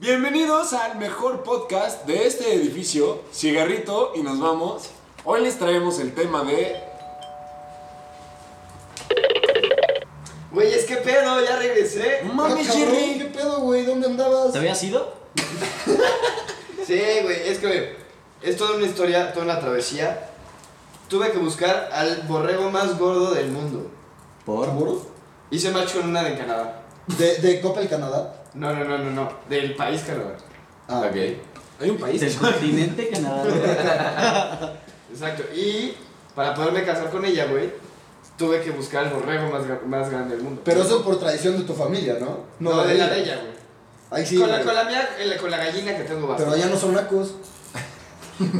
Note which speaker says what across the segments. Speaker 1: Bienvenidos al mejor podcast de este edificio, Cigarrito, y nos vamos. Hoy les traemos el tema de.
Speaker 2: Güey, es que pedo, ya regresé.
Speaker 1: ¡No mames,
Speaker 3: Ah, cabrón,
Speaker 1: Jerry!
Speaker 3: ¿Qué pedo, güey? ¿Dónde andabas?
Speaker 4: ¿Te habías ido?
Speaker 2: Sí, güey, es que güey, es toda una historia, toda una travesía. Tuve que buscar al borrego más gordo del mundo.
Speaker 4: Por.
Speaker 3: ¿Seguro?
Speaker 2: Hice match con una de Canadá.
Speaker 3: ¿De, de Copa el Canadá?
Speaker 2: No, no, no, no, no. Del país Canadá.
Speaker 3: Ah,
Speaker 1: Hay un país.
Speaker 4: Del continente Canadá.
Speaker 2: Exacto. Y para poderme casar con ella, güey, tuve que buscar al borrego más, gra- más grande del mundo.
Speaker 3: Pero eso por tradición de tu familia, ¿no?
Speaker 2: No, de la de ella, güey.
Speaker 3: Ahí sí.
Speaker 2: con, la,
Speaker 3: güey.
Speaker 2: con la mía, el- con la gallina que tengo
Speaker 3: Pero
Speaker 2: bastante.
Speaker 3: allá no son nacos.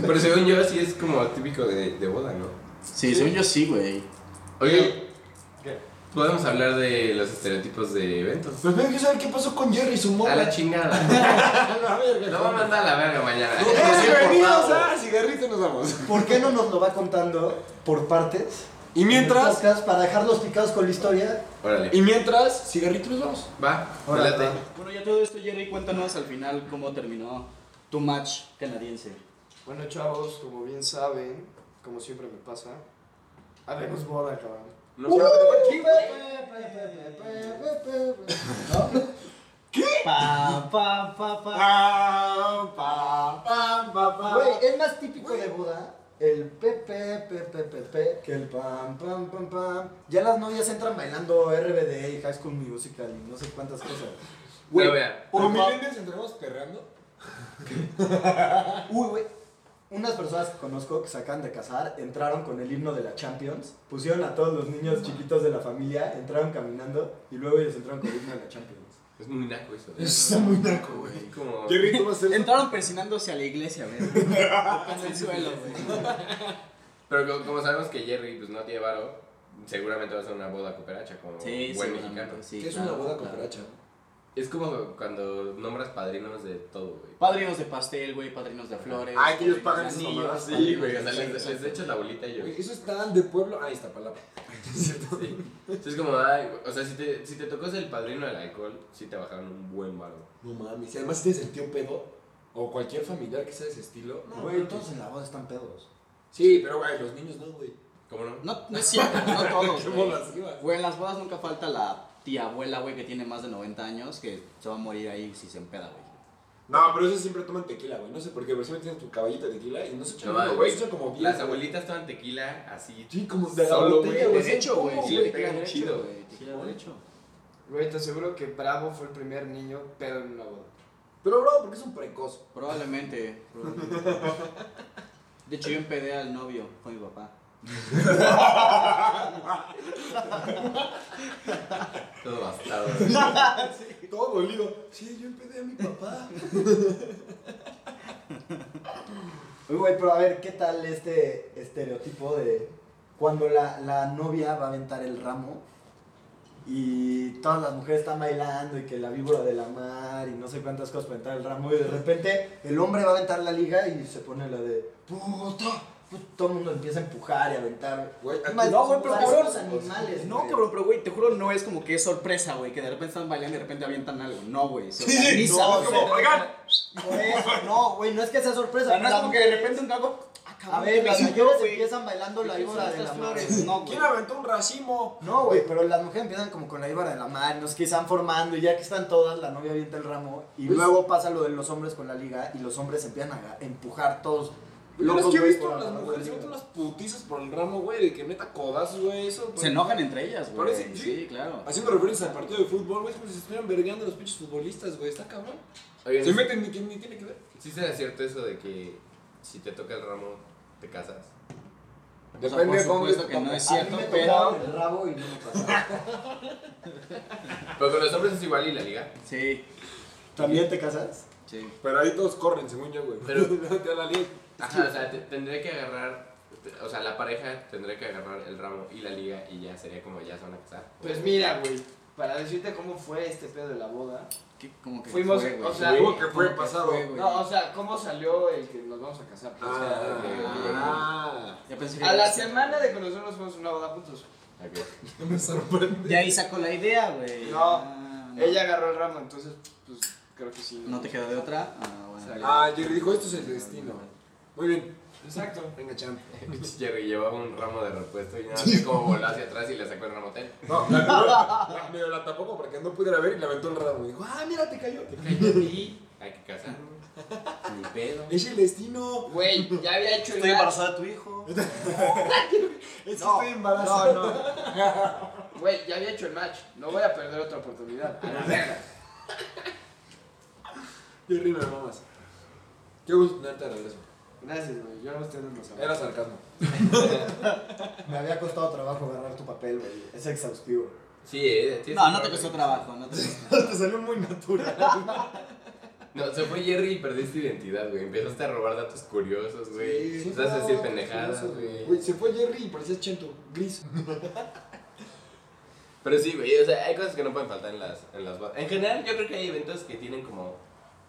Speaker 5: Pero según yo, sí es como típico de, de boda, ¿no?
Speaker 4: Sí, según yo sí, güey.
Speaker 5: Oye,
Speaker 2: ¿Qué?
Speaker 5: podemos hablar de los estereotipos de eventos.
Speaker 6: Pues
Speaker 1: Pero tengo que saber qué pasó con Jerry y su
Speaker 5: A la
Speaker 1: morra.
Speaker 5: chingada.
Speaker 1: A la verga.
Speaker 5: Lo va a mandar a la verga mañana.
Speaker 1: Eh, Bienvenidos a Cigarrito, nos vamos.
Speaker 6: ¿Por qué no nos lo va contando por partes?
Speaker 1: Y
Speaker 6: En el
Speaker 1: mientras.
Speaker 6: podcast, para dejarlos picados con la historia.
Speaker 5: Órale.
Speaker 1: Y mientras, Cigarrito, nos vamos.
Speaker 5: Va,
Speaker 6: Ahora,
Speaker 5: adelante.
Speaker 6: va.
Speaker 4: Bueno, ya todo esto, Jerry, cuéntanos al final cómo terminó tu match canadiense.
Speaker 2: Bueno, chavos, como bien saben, como siempre me pasa, habemos boda, cabrón.
Speaker 3: Uh.
Speaker 4: Pa, pa, pa, pa.
Speaker 1: Pam, pam, pam, pam,
Speaker 4: Ah,
Speaker 1: pam.
Speaker 6: Güey, es más típico de boda el pepe, pepe, pepe, que el pam, pam, pam, pam. Ya las novias entran bailando RBD y High School Musical y no sé cuántas cosas.
Speaker 5: Güey, vea.
Speaker 1: ¿Por milenios entramos perreando?
Speaker 6: Uy, güey. Unas personas que conozco que se acaban de casar entraron con el himno de la Champions, pusieron a todos los niños chiquitos de la familia, entraron caminando y luego ellos entraron con el himno de la Champions.
Speaker 5: Es muy naco eso. ¿no?
Speaker 1: Está muy naco, güey.
Speaker 5: Es como.
Speaker 1: Jerry, tú vas a ser.
Speaker 4: Entraron persinándose a la iglesia, güey. Tocando el suelo, güey.
Speaker 5: Pero co- como, sabemos que Jerry pues, no tiene varo, seguramente va a ser una boda cooperacha como
Speaker 4: Sí,
Speaker 5: buen
Speaker 4: sí,
Speaker 5: mexicano.
Speaker 4: sí,
Speaker 1: ¿Qué es
Speaker 4: claro,
Speaker 1: una boda con
Speaker 4: claro.
Speaker 1: caracha?
Speaker 5: Es como cuando nombras padrinos de todo, güey.
Speaker 4: Padrinos de pastel, güey, padrinos de flores.
Speaker 1: Ay, que ellos pagan
Speaker 4: padrinos de
Speaker 1: esas mamadas.
Speaker 4: anillos,
Speaker 5: Sí, güey, o sea,
Speaker 4: sí,
Speaker 5: les, les echas la bolita y yo.
Speaker 1: Güey, Eso es tan de pueblo. Ah, esta palabra.
Speaker 5: Sí. Sí, es como, ay, güey, o sea, si te, si te tocó ser el padrino del alcohol, sí te bajaron un buen varo.
Speaker 1: No mames, y además si tienes el tío pedo o cualquier familiar que sea de ese estilo. No,
Speaker 6: Güey, todos en la boda están pedos.
Speaker 1: Sí, pero güey, los niños no, güey.
Speaker 5: ¿Cómo no?
Speaker 4: No, no es cierto, no todos,
Speaker 1: Qué
Speaker 4: güey.
Speaker 1: bolas ibas.
Speaker 4: Güey, en las bodas nunca falta la tía abuela, güey, que tiene más de 90 años, que se va a morir ahí si se empeda, güey.
Speaker 1: No, pero esos siempre toman tequila, güey. No sé por qué, pero siempre tienen tu caballito de tequila y no se echan
Speaker 5: No,
Speaker 1: uno, güey.
Speaker 5: güey.
Speaker 1: Se echan como bien.
Speaker 5: Las abuelitas toman tequila así.
Speaker 1: Sí, como de la
Speaker 5: Solo,
Speaker 1: botella,
Speaker 5: güey.
Speaker 1: güey.
Speaker 4: Derecho, güey.
Speaker 1: ¿Cómo,
Speaker 5: Sí,
Speaker 1: güey?
Speaker 5: le pegan chido.
Speaker 4: güey. Tequila derecho.
Speaker 2: Güey, te aseguro que Bravo fue el primer niño pedo en una boda.
Speaker 1: Pero bro, porque es un precoz.
Speaker 4: Probablemente. probablemente. De hecho, yo empedé al novio, fue mi papá.
Speaker 5: Todo bastado.
Speaker 1: Todo dolido. Sí, yo empecé a mi papá.
Speaker 6: Oye, güey, pero a ver, ¿qué tal este estereotipo de cuando la, la novia va a aventar el ramo y todas las mujeres están bailando y que la víbora de la mar y no sé cuántas cosas para aventar el ramo y de repente el hombre va a aventar la liga y se pone la de puta, puta, todo el mundo empieza a empujar y a aventar.
Speaker 1: Güey,
Speaker 6: Más-
Speaker 4: No, güey, pero
Speaker 6: parecen
Speaker 4: cabrón.
Speaker 6: animales.
Speaker 4: No,
Speaker 6: güey.
Speaker 4: cabrón, pero güey, te juro, no es como que es sorpresa, güey, que de repente están bailando y de repente avientan algo. No, güey, se organiza.
Speaker 6: No,
Speaker 4: güey.
Speaker 6: como, oigan. Por eso, no, güey, no es que sea
Speaker 4: O
Speaker 6: sorpresa.
Speaker 4: sea, no es
Speaker 6: la-
Speaker 4: como que de repente un cago. ah, cabrón,
Speaker 6: A ver,
Speaker 4: me
Speaker 6: las
Speaker 4: salió,
Speaker 6: mujeres
Speaker 4: güey.
Speaker 6: empiezan bailando la
Speaker 4: ¿Qué son
Speaker 6: víbora de
Speaker 4: estas
Speaker 6: la mar.
Speaker 4: flores? No, güey.
Speaker 1: ¿Quién aventó un racimo?
Speaker 6: No, güey, pero las mujeres empiezan como con la íbara de la mar, nos que están formando y ya que están todas, la novia avienta el ramo y
Speaker 1: Pues-
Speaker 6: luego pasa lo de los hombres con la liga y los hombres empiezan a aga- empujar todos.
Speaker 1: Pero es que he
Speaker 6: güey,
Speaker 1: visto
Speaker 6: por
Speaker 1: a las
Speaker 6: agarrar la
Speaker 1: mujeres se
Speaker 6: liga.
Speaker 1: meten unas putizas por el ramo, güey, de que neta codas, güey, eso. güey.
Speaker 4: Se enojan entre ellas, güey.
Speaker 1: Parece- sí.
Speaker 4: Sí, Pues, claro.
Speaker 1: Haciendo referencia al partido de fútbol, güey, es como si se estuvieran vergueando los pinches futbolistas, güey, está cabrón. Se meten ni, que- ni tiene que ver.
Speaker 5: ¿Sí será cierto eso de que si te toca el ramo, te casas?
Speaker 4: O sea, por supuesto que no es cierto,
Speaker 6: A mí me
Speaker 4: pero.
Speaker 6: tocaron el rabo y no me pasaba.
Speaker 5: Pero con los hombres es igual y la liga.
Speaker 4: Sí,
Speaker 6: ¿También te casas?
Speaker 4: sí.
Speaker 1: Pero ahí todos corren, según yo, güey.
Speaker 5: Pero-
Speaker 1: te da la liga.
Speaker 5: Ajá, o sea, te- tendría que agarrar. te- O sea, la pareja tendría que agarrar el ramo y la liga y ya sería como ya se van a casar.
Speaker 2: Pues mira, güey, para decirte cómo fue este pedo de la boda.
Speaker 4: ¿Qué- cómo que
Speaker 2: Fuimos,
Speaker 4: fue, güey?
Speaker 2: o sea,
Speaker 1: Seguro que fue
Speaker 4: ¿Cómo que
Speaker 1: pasado.
Speaker 4: fue, güey?
Speaker 2: No, o sea, cómo salió el que nos vamos a casar. pues, o sea,
Speaker 1: Ah,
Speaker 4: Ya pensé que
Speaker 2: a
Speaker 4: era
Speaker 2: la
Speaker 4: eso.
Speaker 2: semana de conocernos nos fuimos a una boda juntos.
Speaker 5: Ok.
Speaker 1: me sorprende.
Speaker 4: De ahí sacó la idea, güey.
Speaker 2: No,
Speaker 4: Ah, no.
Speaker 2: Ella agarró el ramo, entonces, pues,
Speaker 5: Creo que sí.
Speaker 4: ¿No te queda de otra? Ah, bueno.
Speaker 1: Ah, Jerry dijo, esto es el destino. Muy bien.
Speaker 5: Exacto.
Speaker 1: Venga, champ.
Speaker 5: Jerry llevaba un ramo de repuesto y nada, más como voló hacia atrás y le sacó el ramotel.
Speaker 1: No, la, la, medio la tapó como para que no pudiera ver y le aventó el ramo. Y dijo, ah, mira, te cayó.
Speaker 5: Te cayó y hay que casarnos. Ni pedo.
Speaker 1: Es el destino.
Speaker 2: Güey, ya había hecho el
Speaker 4: Estoy embarazada de tu hijo.
Speaker 6: Es que estoy embarazado. No, no.
Speaker 2: match. Güey, ya había hecho el match. No voy a perder otra oportunidad. A la verga.
Speaker 1: Jerry, me mamas. Qué gusto tenerte de regreso.
Speaker 2: Gracias, güey. Yo no estoy dando más
Speaker 1: Era sarcasmo.
Speaker 6: Me había costado trabajo agarrar tu papel, güey. Es exhaustivo.
Speaker 5: Sí, eh. sí,
Speaker 4: No,
Speaker 5: sí,
Speaker 4: no te
Speaker 5: güey.
Speaker 4: costó trabajo. No te costó.
Speaker 6: Te salió muy natural.
Speaker 5: No, se fue Jerry y perdiste identidad, güey. Empezaste a robar datos curiosos, güey. Empezaste a decir pendejadas, güey.
Speaker 1: Güey, se fue Jerry y parecía chento, gris.
Speaker 5: Pero sí, güey, o sea, hay cosas que no pueden faltar en las, en las bodas. En general, yo creo que hay eventos que tienen como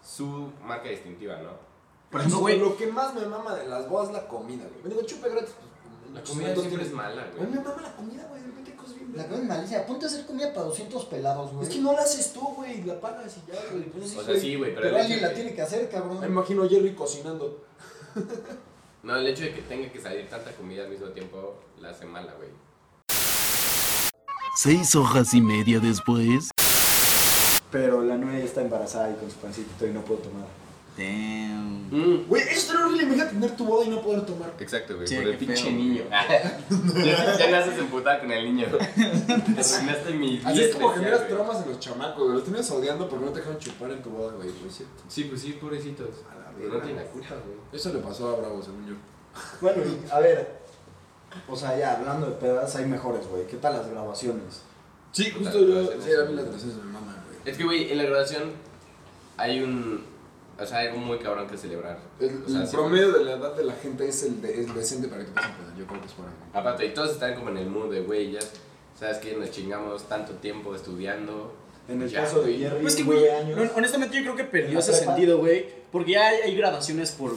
Speaker 5: su marca distintiva, ¿no?
Speaker 4: Por ejemplo,
Speaker 1: Güey,
Speaker 4: güey.
Speaker 1: lo que más me mama de las bodas es la comida, güey. Me digo, chupa gratis. pues,
Speaker 5: La
Speaker 1: pues,
Speaker 5: comida
Speaker 1: no
Speaker 5: siempre
Speaker 1: tiene-
Speaker 5: es mala,
Speaker 1: A mí me
Speaker 5: güey.
Speaker 1: mama la comida, güey. De repente hay cosas bien
Speaker 3: La
Speaker 1: vergas.
Speaker 3: comen malicia. Ponte a hacer comida para 200 pelados, güey.
Speaker 1: Es que no la haces tú, güey. La pagas y ya, güey. Pues,
Speaker 5: O sea, sí, güey, pero,
Speaker 3: Pero
Speaker 5: el hecho
Speaker 3: alguien la
Speaker 5: de que-
Speaker 3: tiene que hacer,
Speaker 1: Me
Speaker 3: cabrón.
Speaker 1: imagino a Jerry cocinando.
Speaker 5: No, el hecho de que tenga que salir tanta comida al mismo tiempo la hace mala, güey.
Speaker 7: Seis hojas y media después.
Speaker 6: Pero la novia ya está embarazada y con su pancito y no puedo tomar.
Speaker 4: Damn.
Speaker 1: Güey, eso estaría horrible. Imagina tener tu boda y no poder tomar.
Speaker 5: Exacto, güey,
Speaker 4: Sí,
Speaker 5: por el
Speaker 4: qué
Speaker 5: pinche
Speaker 4: feo,
Speaker 5: niño. ya, ya me haces emputar con el niño. Te arruinaste mi
Speaker 1: Así
Speaker 5: día
Speaker 1: es como
Speaker 5: especial,
Speaker 1: generas
Speaker 5: güey.
Speaker 1: traumas en los chamacos, güey. Los tenías odiando porque no te dejaron chupar en tu boda, güey. Por cierto.
Speaker 5: Sí, pues sí, pobrecitos.
Speaker 1: A la
Speaker 5: Pero
Speaker 1: verga,
Speaker 5: no tiene la
Speaker 1: güey.
Speaker 5: culpa, güey.
Speaker 1: Eso le pasó a Bravo, según yo.
Speaker 6: Bueno, y, a ver. O sea, ya hablando de pedas, hay mejores, güey. ¿Qué tal las grabaciones?
Speaker 1: Sí,
Speaker 5: justo
Speaker 1: justo
Speaker 5: yo-
Speaker 1: yo. Sí, a mí las gracias me maman, güey.
Speaker 5: Es que, güey, en la graduación hay un... O sea, hay algo muy cabrón que celebrar.
Speaker 1: El,
Speaker 5: o sea,
Speaker 1: el
Speaker 5: sí.
Speaker 1: promedio de la edad de la gente es el de, es decente para que te pasen cosas. Yo creo que es por ahí.
Speaker 5: Aparte, y todos están como en el mood de, güey, ya sabes que nos chingamos tanto tiempo estudiando.
Speaker 6: En el
Speaker 5: Ya,
Speaker 6: caso de
Speaker 5: güey.
Speaker 6: Jerry,
Speaker 4: Pues es que, güey,
Speaker 6: nueve años.
Speaker 4: hon- honestamente yo creo que
Speaker 6: ¿En
Speaker 4: perdió
Speaker 6: la
Speaker 4: ese
Speaker 6: prepa?
Speaker 4: sentido, güey. Porque ya hay, hay graduaciones por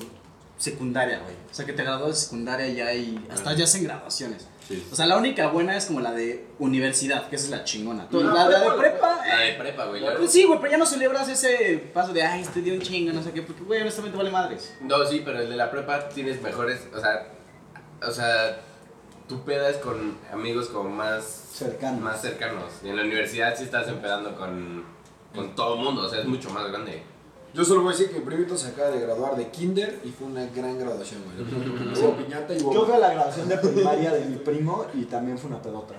Speaker 4: secundaria, güey. O sea, que te gradúas de secundaria y ya hay... Hasta
Speaker 5: Ajá.
Speaker 4: ya hacen graduaciones.
Speaker 5: Sí.
Speaker 4: O sea, la única buena es como la de universidad, que esa es la chingona. Tú-
Speaker 5: No,
Speaker 4: la, la de
Speaker 1: prepa,
Speaker 4: prepa...
Speaker 5: La de
Speaker 4: eh,
Speaker 5: prepa, güey. la
Speaker 4: pues sí, güey, pero ya no celebras ese paso de, ay, estudié un chingo, no sé qué, porque, güey, honestamente vale madres.
Speaker 5: No, sí, pero el de la prepa tienes mejores, o sea, o sea, tú pedas con amigos como más,
Speaker 6: Cercanos.
Speaker 5: más cercanos. Y en la universidad sí estás empedando con, con todo el mundo, o sea, es mucho más grande.
Speaker 1: Yo solo voy a decir que mi primito se acaba de graduar de kinder y fue una gran graduación, güey. Hubo piñata y
Speaker 6: Yo fui a
Speaker 1: hubo...
Speaker 6: la grabación de primaria de mi primo y también fue una pedota.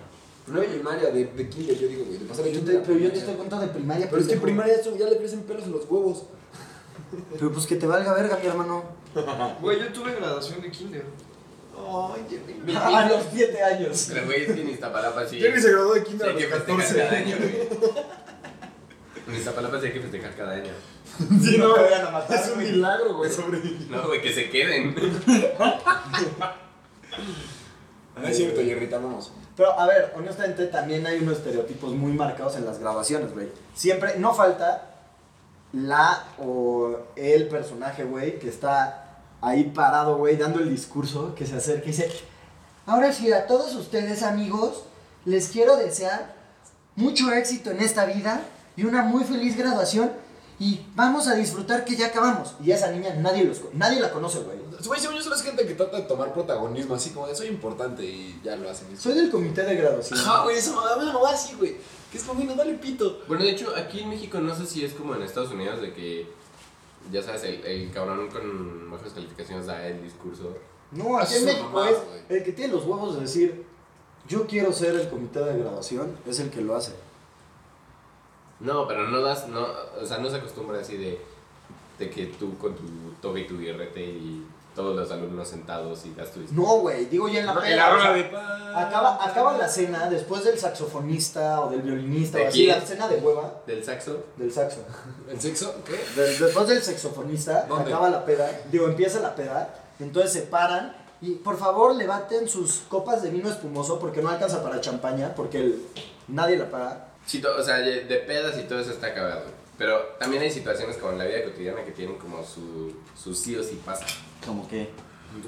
Speaker 1: No hay primaria de, de kinder, yo digo, güey. De pasar de
Speaker 3: Yo
Speaker 1: kinder
Speaker 3: te-
Speaker 1: a
Speaker 3: pero yo te
Speaker 1: primaria.
Speaker 3: estoy contando de primaria.
Speaker 1: Pero es que en
Speaker 3: pendejo.
Speaker 1: primaria eso ya le crecen pelos en los huevos.
Speaker 6: Pero pues que te valga verga, mi hermano.
Speaker 2: Güey, yo tuve graduación de kinder.
Speaker 1: Ay, Jerry.
Speaker 6: A los 7 años.
Speaker 5: Pero güey, es que en Iztapalapa sí.
Speaker 1: Jerry se graduó de
Speaker 5: sí
Speaker 1: kinder
Speaker 5: hay
Speaker 1: a los
Speaker 5: que festejar
Speaker 1: 14
Speaker 5: cada año,
Speaker 1: años.
Speaker 5: güey. En Iztapalapa sí hay que festejar cada año.
Speaker 6: Sí, no me vayan a matar,
Speaker 1: Es un
Speaker 6: güey.
Speaker 1: milagro, güey, sobrevivir.
Speaker 5: No, güey, que se queden.
Speaker 1: No Ah, es cierto, Jerry, te amamos.
Speaker 6: Pero a ver, honestamente también hay unos estereotipos muy marcados en las grabaciones, güey. Siempre, no falta la o el personaje, güey, que está ahí parado, güey, dando el discurso, que se acerca y dice,
Speaker 8: Ahora sí, a todos ustedes amigos, les quiero desear mucho éxito en esta vida y una muy feliz graduación y vamos a disfrutar que ya acabamos.
Speaker 6: y esa niña nadie, los, co- nadie la conoce, güey.
Speaker 1: Güey, según yo, solo es gente que trata de tomar protagonismo, así como de soy importante y ya lo hacen.
Speaker 6: Soy del comité de graduación.
Speaker 1: Ajá, güey, eso me da mamá así, güey. Que es como, güey, nos vale pito.
Speaker 5: Bueno, de hecho, aquí en México no sé si es como en Estados Unidos de que, ya sabes, el, el cabrón con bajas calificaciones da el discurso.
Speaker 6: No, aquí
Speaker 1: Es
Speaker 6: en
Speaker 1: una
Speaker 6: México
Speaker 1: mamada,
Speaker 6: es
Speaker 1: güey.
Speaker 6: el que tiene los huevos de decir, yo quiero ser el comité de graduación, es el que lo hace.
Speaker 5: No, pero no das, no, o sea, no se acostumbra así de, de que tú con tu toga y tu birrete y todos los alumnos sentados y das tu discurso.
Speaker 6: No, güey, digo ya en la peda, o sea,
Speaker 1: pa.
Speaker 6: Acaba, acaba la cena después del saxofonista o del violinista
Speaker 5: ¿De
Speaker 6: o así,
Speaker 5: quién?
Speaker 6: la cena de hueva
Speaker 5: Del saxo.
Speaker 6: del saxo.
Speaker 1: ¿El sexo? ¿Qué?
Speaker 6: Del- después del saxofonista
Speaker 1: ¿Dónde?
Speaker 6: acaba la peda, digo, empieza la peda, entonces se paran y por favor levanten sus copas de vino espumoso porque no alcanza para champaña porque el- nadie la paga.
Speaker 5: Sí, to- o sea, de de pedas y todo eso está acabado. Pero también hay situaciones como en la vida cotidiana que tienen como su, su sí o sí pasa.
Speaker 4: Como que...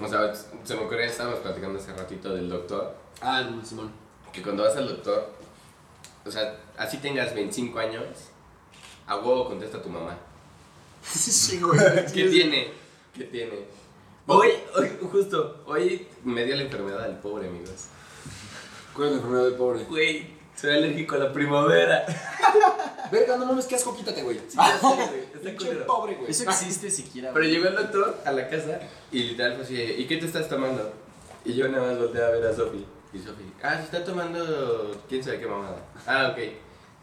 Speaker 5: O sea, se me ocurre, estábamos platicando hace ratito del doctor.
Speaker 1: Ah, no, Simón.
Speaker 5: que cuando vas al doctor, o sea, así tengas 25 años, a huevo contesta tu mamá.
Speaker 1: Sí, güey.
Speaker 5: ¿Qué tiene? ¿Qué tiene? Hoy, hoy, justo, hoy me dio la enfermedad del pobre, amigos.
Speaker 1: ¿Cuál es la enfermedad del pobre?
Speaker 5: Güey, soy alérgico a la primavera.
Speaker 1: Verga, no mames, qué asco, quítate, güey.
Speaker 5: Está
Speaker 1: Pinche
Speaker 5: culero.
Speaker 1: pobre, güey.
Speaker 4: Eso existe siquiera.
Speaker 5: Pero
Speaker 4: güey.
Speaker 5: llegó el doctor a la casa y literal fue así, de, ¿y qué te estás tomando? Y yo nada más volteé a ver a Sofi. Y Sofi, ah, se está tomando quién sabe qué mamada. Ah, ok.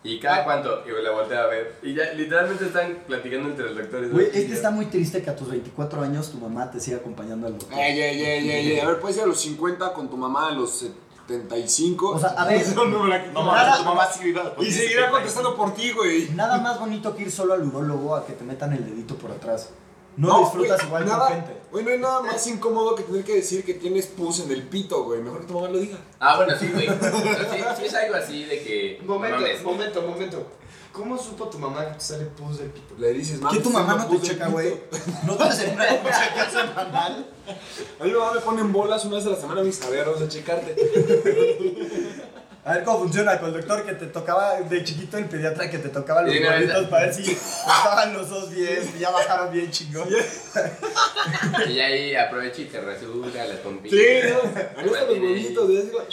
Speaker 5: ¿Y cada cuánto? Y la volteé a ver. Y ya literalmente están platicando entre los doctores.
Speaker 6: Güey, es que está muy triste que a tus 24 años tu mamá te siga acompañando al doctor.
Speaker 1: Ay, ay, ay, ay, ay. A ver, puedes ir a los 50 con tu mamá a los 75.
Speaker 6: O sea, a ver,
Speaker 9: No mames, tu mamá sí iba.
Speaker 1: y seguirá contestando por ti, güey.
Speaker 6: nada más bonito que ir solo al urólogo a que te metan el dedito por atrás. No, disfrutas
Speaker 1: güey,
Speaker 6: igual
Speaker 1: nada,
Speaker 6: con gente.
Speaker 1: Güey, no hay nada más incómodo que tener que decir que tienes pus en el pito, güey. Mejor que tu mamá lo diga.
Speaker 5: Ah, bueno, sí, güey. Sí, sí es algo así de que.
Speaker 2: Momento,
Speaker 5: mames.
Speaker 2: momento, momento. ¿Cómo supo tu mamá que te sale pus del pito?
Speaker 1: Le dices, mami,
Speaker 6: ¿Qué tu
Speaker 1: tengo
Speaker 6: mamá no
Speaker 1: pus
Speaker 6: te
Speaker 1: del
Speaker 6: checa,
Speaker 1: pito.
Speaker 6: güey? No te hacen una checa semanal.
Speaker 1: A mí mi mamá me ponen bolas una vez a la semana, mis a ver, vamos a checarte.
Speaker 6: A ver cómo funciona con el doctor que te tocaba de chiquito, el pediatra que te tocaba los
Speaker 5: Y una vez-
Speaker 6: gorritos para ver si estaban los dos bien, si ya bajaron bien chingón.
Speaker 5: Y ahí aprovecha y te rasura las pompitas.
Speaker 1: Sí, ¿no? Me gustan los huevitos, y así, güey.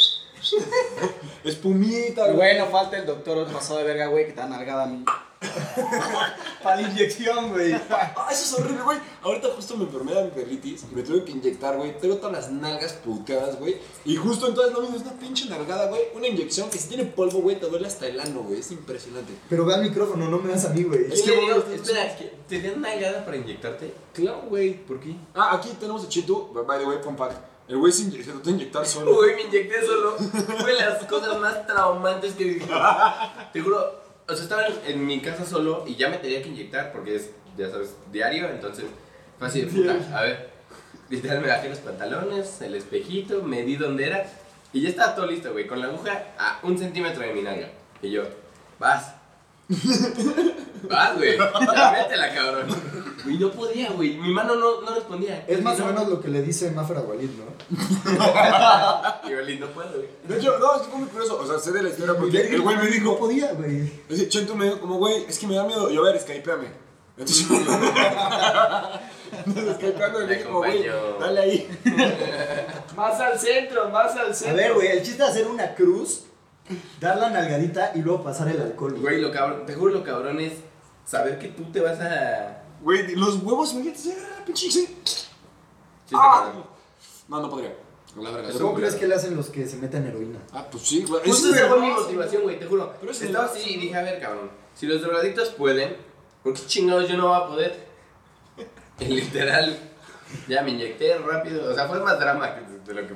Speaker 1: Espumita,
Speaker 4: Pero,
Speaker 1: güey.
Speaker 4: Güey, no falta el doctor pasado de verga, güey, que te da nalgada a mí.
Speaker 6: Para la inyección, güey.
Speaker 1: Ah, eso es horrible, güey. Ahorita justo me enfermé de mi perritis y me tuve que inyectar, güey. Tengo todas las nalgas puteadas, güey. Y justo entonces lo mismo, es una pinche nalgada, güey. Una inyección que si tiene polvo, güey, te duele hasta el ano, güey. Es impresionante.
Speaker 6: Pero ve al micrófono, no me das a mí, güey.
Speaker 5: Es que,
Speaker 1: Sí,
Speaker 5: digo,
Speaker 1: no,
Speaker 5: espera, ¿que- ¿te dieron una helada para inyectarte?
Speaker 1: Claro, güey. ¿Por qué? Ah, aquí tenemos a Chitu. By the way, fun fact. El güey se, inye- se trató de inyectar solo.
Speaker 5: Uy, me inyecté solo. Fue las cosas más traumantes que viví. Te juro, o sea, estaba en, en mi casa solo y ya me tenía que inyectar porque es, ya sabes, diario. Entonces, fue así de puta. A ver, literal me bajé los pantalones, el espejito, me di donde era y ya estaba todo listo, güey. Con la aguja a un centímetro de mi nalga. Y yo, vas. Vas, güey. Ya métela, cabrón. Y no podía, güey. Mi mano no, no respondía.
Speaker 6: Es más o menos lo que le dice Mafra Walid, ¿no?
Speaker 5: Y yo, Lin, no puedo, güey.
Speaker 1: De hecho, no, es que fue muy curioso. O sea, sé de la historia porque el güey me
Speaker 6: No
Speaker 1: dijo.
Speaker 6: podía, güey.
Speaker 1: Así, Chentu me dijo como, güey, es que me da miedo. Y yo, a ver, skypeame. Entonces, Entonces, skypeando, le
Speaker 5: Me
Speaker 1: dije como, güey,
Speaker 5: acompañó.
Speaker 1: dale ahí.
Speaker 5: Más al centro, más al
Speaker 6: A ver, güey, el chiste es hacer una cruz, dar la nalgadita y luego pasar el alcohol,
Speaker 5: Güey, lo cabrón, te juro lo cabrón es saber que tú te vas a.
Speaker 1: Güey, los huevos, imagínate, se agarra la pinche. sí.
Speaker 5: Sí, está
Speaker 1: Ah.
Speaker 5: cabrón.
Speaker 1: No, no podría. La verga.
Speaker 6: Pero ¿Cómo crees que le hacen los que se meten heroína?
Speaker 1: Ah, pues sí, güey.
Speaker 5: Justo
Speaker 1: Es-
Speaker 5: esa fue mi motivación, güey, te juro.
Speaker 1: Pero es
Speaker 5: Estaba
Speaker 1: el-
Speaker 5: así y dije, a ver, cabrón, si los drogadictos pueden, ¿por qué chingados yo no voy a poder? Y literal, ya me inyecté rápido. O sea, fue más drama que de lo que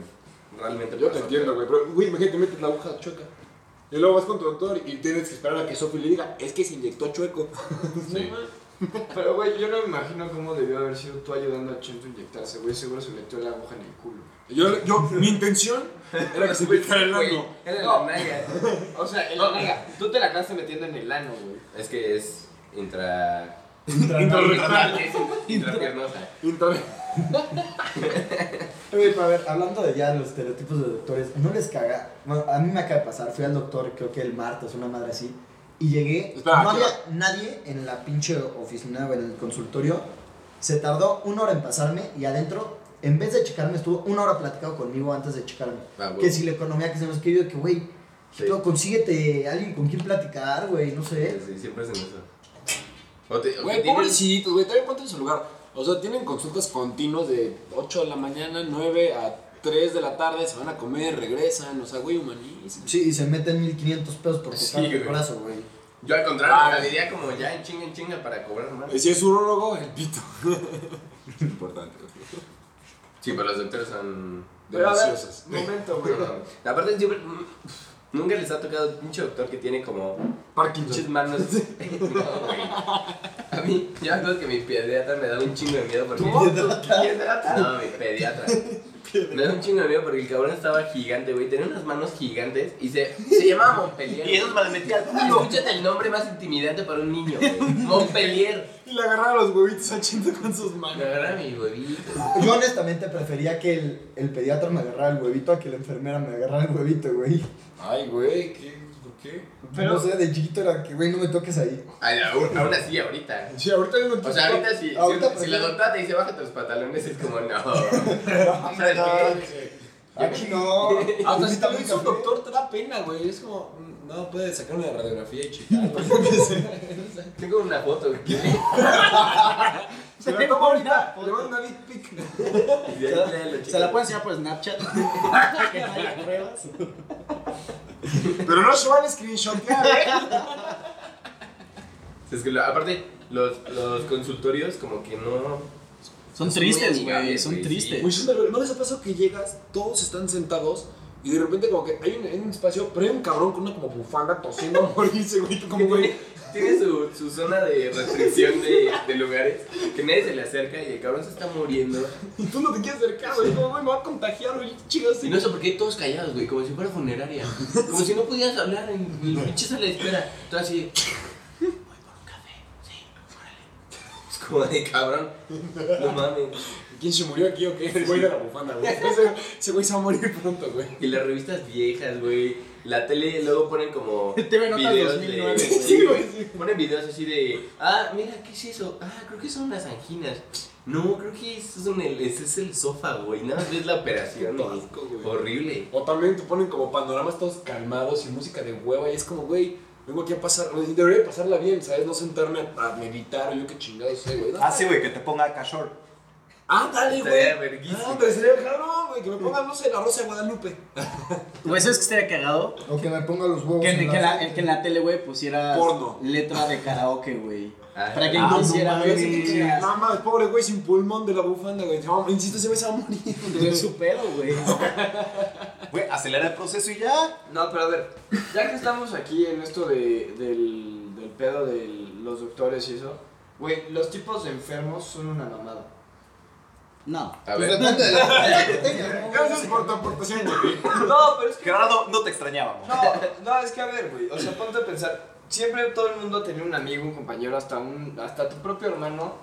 Speaker 5: realmente
Speaker 1: Yo te
Speaker 5: pasó,
Speaker 1: entiendo, güey, pero, güey, imagínate, metes la aguja chueca. Y luego vas con tu doctor y tienes que esperar a que Sophie le diga, es que se inyectó chueco.
Speaker 5: Sí.
Speaker 2: Pero, güey, yo no me imagino cómo debió haber sido tú ayudando a Chento a inyectarse, güey. Seguro se metió la aguja en el culo.
Speaker 1: Yo, yo, mi intención era que se inyectara el
Speaker 5: Güey,
Speaker 1: ano.
Speaker 5: era
Speaker 2: No.
Speaker 5: la nalga.
Speaker 2: O sea, el, tú te la acabaste metiendo en el ano, güey.
Speaker 5: Es que es intra.
Speaker 1: Intrarrectal.
Speaker 5: Intrapiernosa.
Speaker 1: Intra-
Speaker 6: Güey, pero a ver, hablando de ya los estereotipos de doctores, ¿no les caga? Bueno, a mí me acaba de pasar, fui al doctor, creo que el martes, una madre así, y llegué,
Speaker 1: Espera,
Speaker 6: no
Speaker 1: ¿qué
Speaker 6: había nadie en la pinche oficina o en el consultorio, se tardó una hora en pasarme y adentro, en vez de checarme, estuvo una hora platicado conmigo antes de checarme.
Speaker 5: Ah, güey.
Speaker 6: Que si la economía, que se nos quedó, que güey,
Speaker 5: Sí.
Speaker 6: pero consíguete alguien con quien platicar, güey, no sé.
Speaker 5: Sí, siempre hacen eso. O te- o
Speaker 1: Güey,
Speaker 5: te tienen-
Speaker 1: pobrecitos, güey, también ponte en su lugar. O sea, tienen consultas continuas de 8 de la mañana, 9 a 3 de la tarde, se van a comer, regresan, o sea, güey, humanísimo.
Speaker 6: Sí, y se meten 1500 pesos por
Speaker 5: Sí,
Speaker 6: tocar el
Speaker 5: güey.
Speaker 6: brazo, güey.
Speaker 5: Yo al contrario,
Speaker 1: Ah,
Speaker 5: me diría como ya en chinga en chinga para cobrar más.
Speaker 1: Y si es urologo, el pito. Importante. güey.
Speaker 5: Sí, pero los doctores son.
Speaker 2: Pero a ver,
Speaker 1: Deliciosas.
Speaker 2: momento, güey.
Speaker 5: No, no. Aparte, siempre. mm, Nunca les ha tocado un pinche doctor que tiene como pinches
Speaker 1: Parkinson.
Speaker 5: manos. No, güey. A mí, yo me acuerdo que mi pediatra me da un chingo de miedo porque. ¿Pediatra? No, mi pediatra. Me da un chingo de miedo porque el cabrón estaba gigante, güey. Tenía unas manos gigantes y se, se llamaba Montpellier.
Speaker 9: Y eso me lo metí al culo.
Speaker 5: Escúchate el nombre más intimidante para un niño, güey. Montpellier.
Speaker 1: Y le agarraron los huevitos a Chento con sus
Speaker 5: Me
Speaker 1: manos.
Speaker 5: agarra mi huevito.
Speaker 6: Yo honestamente prefería que el, el pediatra me agarrara el huevito a que la enfermera me agarrara el huevito, güey.
Speaker 1: Ay, güey, qué qué?
Speaker 6: No sé, de chiquito era que, güey, no me toques ahí.
Speaker 5: Ay, aún, aún así, ahorita.
Speaker 1: Sí, ahorita yo no
Speaker 5: O sea, ahorita si, si-
Speaker 6: Ahorita,
Speaker 5: si,
Speaker 6: pues,
Speaker 5: la
Speaker 6: sí.
Speaker 5: doctora te dice bájate los pantalones, es como no. ¿Sabes qué?
Speaker 6: Aquí no.
Speaker 1: Hasta
Speaker 6: Pues
Speaker 1: si
Speaker 6: sí,
Speaker 1: Ah, también
Speaker 6: café.
Speaker 1: un doctor te da pena, güey. Es como, mm, no, puede sacar una radiografía y checar. o lo que sea.
Speaker 5: Tengo una foto. Y
Speaker 1: Se la tomo ahorita. Le mando una dick pic.
Speaker 5: de ahí léelo,
Speaker 4: Se la
Speaker 5: chico.
Speaker 4: pueden enseñar por Snapchat. que no haya pruebas.
Speaker 1: Pero no se van a screenshotear, ¿eh?
Speaker 5: Es que lo- aparte, los, los consultorios como que no...
Speaker 4: Son
Speaker 5: Es
Speaker 4: tristes,
Speaker 5: muy amigable,
Speaker 4: güey. Son
Speaker 5: güey, sí.
Speaker 4: tristes.
Speaker 1: Muchísimas veces, ¿No les ha pasado que llegas, todos están sentados y de repente como que hay un, hay un espacio, pero hay un cabrón con una como bufanda tosiendo a morirse, güey? Tú como, güey,
Speaker 5: Tiene su, su zona de restricción de, de lugares que nadie se le acerca y el cabrón se está muriendo.
Speaker 1: y tú no te quieres acercar, güey. Como, güey, me va a contagiar, güey, chicas.
Speaker 5: Y no sé por qué todos callados, güey, como si fuera funeraria. Como si no pudieras hablar en en el pinche sala de espera. Todo así. Voy por un café. Sí, órale. Es como de cabrón. No mames.
Speaker 1: ¿Quién se murió aquí o qué? El güey de la bufanda, güey. Ese, ese güey se va a morir pronto, güey.
Speaker 5: Y las revistas viejas, güey. La tele luego ponen como.
Speaker 4: TV Notas 2009,
Speaker 5: de-
Speaker 4: güey.
Speaker 5: Sí, güey. Ponen videos así de. Ah, mira, ¿qué es eso? Ah, creo que son unas anginas. No, creo que eso es, un, ese es el sofá, güey. Nada más ves la operación.
Speaker 1: Qué
Speaker 5: güey.
Speaker 1: asco, güey.
Speaker 5: Horrible.
Speaker 1: O también te ponen como panoramas todos calmados y música de hueva y es como, güey, vengo aquí a pasar, debería pasarla bien, ¿sabes? No sentarme a meditar o yo qué chingado sé, güey. No,
Speaker 9: Ah, sí, güey, que te ponga Este, cachor.
Speaker 1: Ah, dale, güey.
Speaker 5: Estaría verguísima.
Speaker 1: Ah, pero sería el cabrón, güey, que me pongan, no sé, la Rosa de Guadalupe.
Speaker 4: Güey, ¿sabes que estaría cagado?
Speaker 6: O que me ponga los huevos.
Speaker 4: Que,
Speaker 6: en
Speaker 4: en- que
Speaker 6: la-
Speaker 4: la, que en la tele, güey, pusiera
Speaker 1: Porno.
Speaker 4: letra de karaoke, güey.
Speaker 5: Ah,
Speaker 4: Para que
Speaker 6: ah, no
Speaker 4: quisiera,
Speaker 6: mames.
Speaker 4: güey.
Speaker 1: Nada más, pobre güey sin pulmón de la bufanda, güey. No, insisto, se va a morir.
Speaker 4: De su pedo, güey.
Speaker 9: Güey, acelera el proceso y ya.
Speaker 2: No, pero a ver, ya que estamos aquí en esto de, del, del pedo de los doctores y eso, güey, los tipos de enfermos son una mamada.
Speaker 4: No.
Speaker 5: A ver.
Speaker 1: Gracias por tu aportación, güey.
Speaker 2: No, pero es que.
Speaker 9: Gerardo, no te extrañábamos.
Speaker 2: No, no, es que a ver, güey, o sea, ponte a pensar. Siempre todo el mundo tiene un amigo, un compañero, hasta, un, hasta tu propio hermano,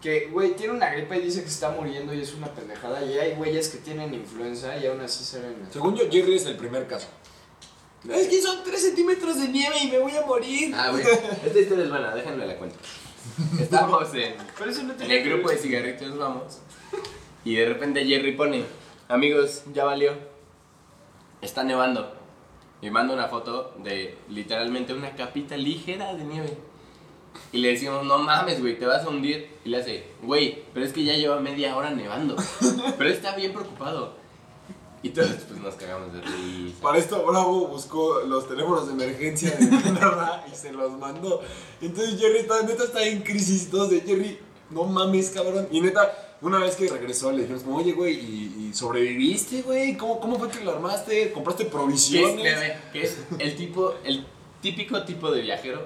Speaker 2: que, güey, tiene una gripa y dice que se está muriendo y es una pendejada. Y hay güeyes que tienen influenza y aún así se ven.
Speaker 1: Según yo, Jerry es el primer caso. Es que son 3 centímetros de nieve y me voy a morir.
Speaker 5: Ah, güey. Esta historia es buena, déjenme la cuento. Estamos en,
Speaker 2: Pero eso no
Speaker 5: en
Speaker 2: tiene
Speaker 5: el grupo de cigarritos, vamos. Y de repente Jerry pone, amigos, ya valió. Está nevando. Y manda una foto de literalmente una capita ligera de nieve. Y le decimos, no mames, güey, te vas a hundir. Y le hace, güey, pero es que ya lleva media hora nevando. Pero está bien preocupado. Y todos pues nos cagamos de risa.
Speaker 1: Para esto, Bravo buscó los teléfonos de emergencia de Canadá y se los mandó. Entonces, Jerry está, neta está en crisis. Todos de Jerry, no mames, cabrón. Y neta, una vez que regresó, le dijimos, como, oye, güey, ¿y, y sobreviviste, güey? ¿Cómo, ¿Cómo fue que lo armaste? ¿Compraste
Speaker 5: que es,
Speaker 1: provisiones?
Speaker 5: espérame, que es el tipo, el típico tipo de viajero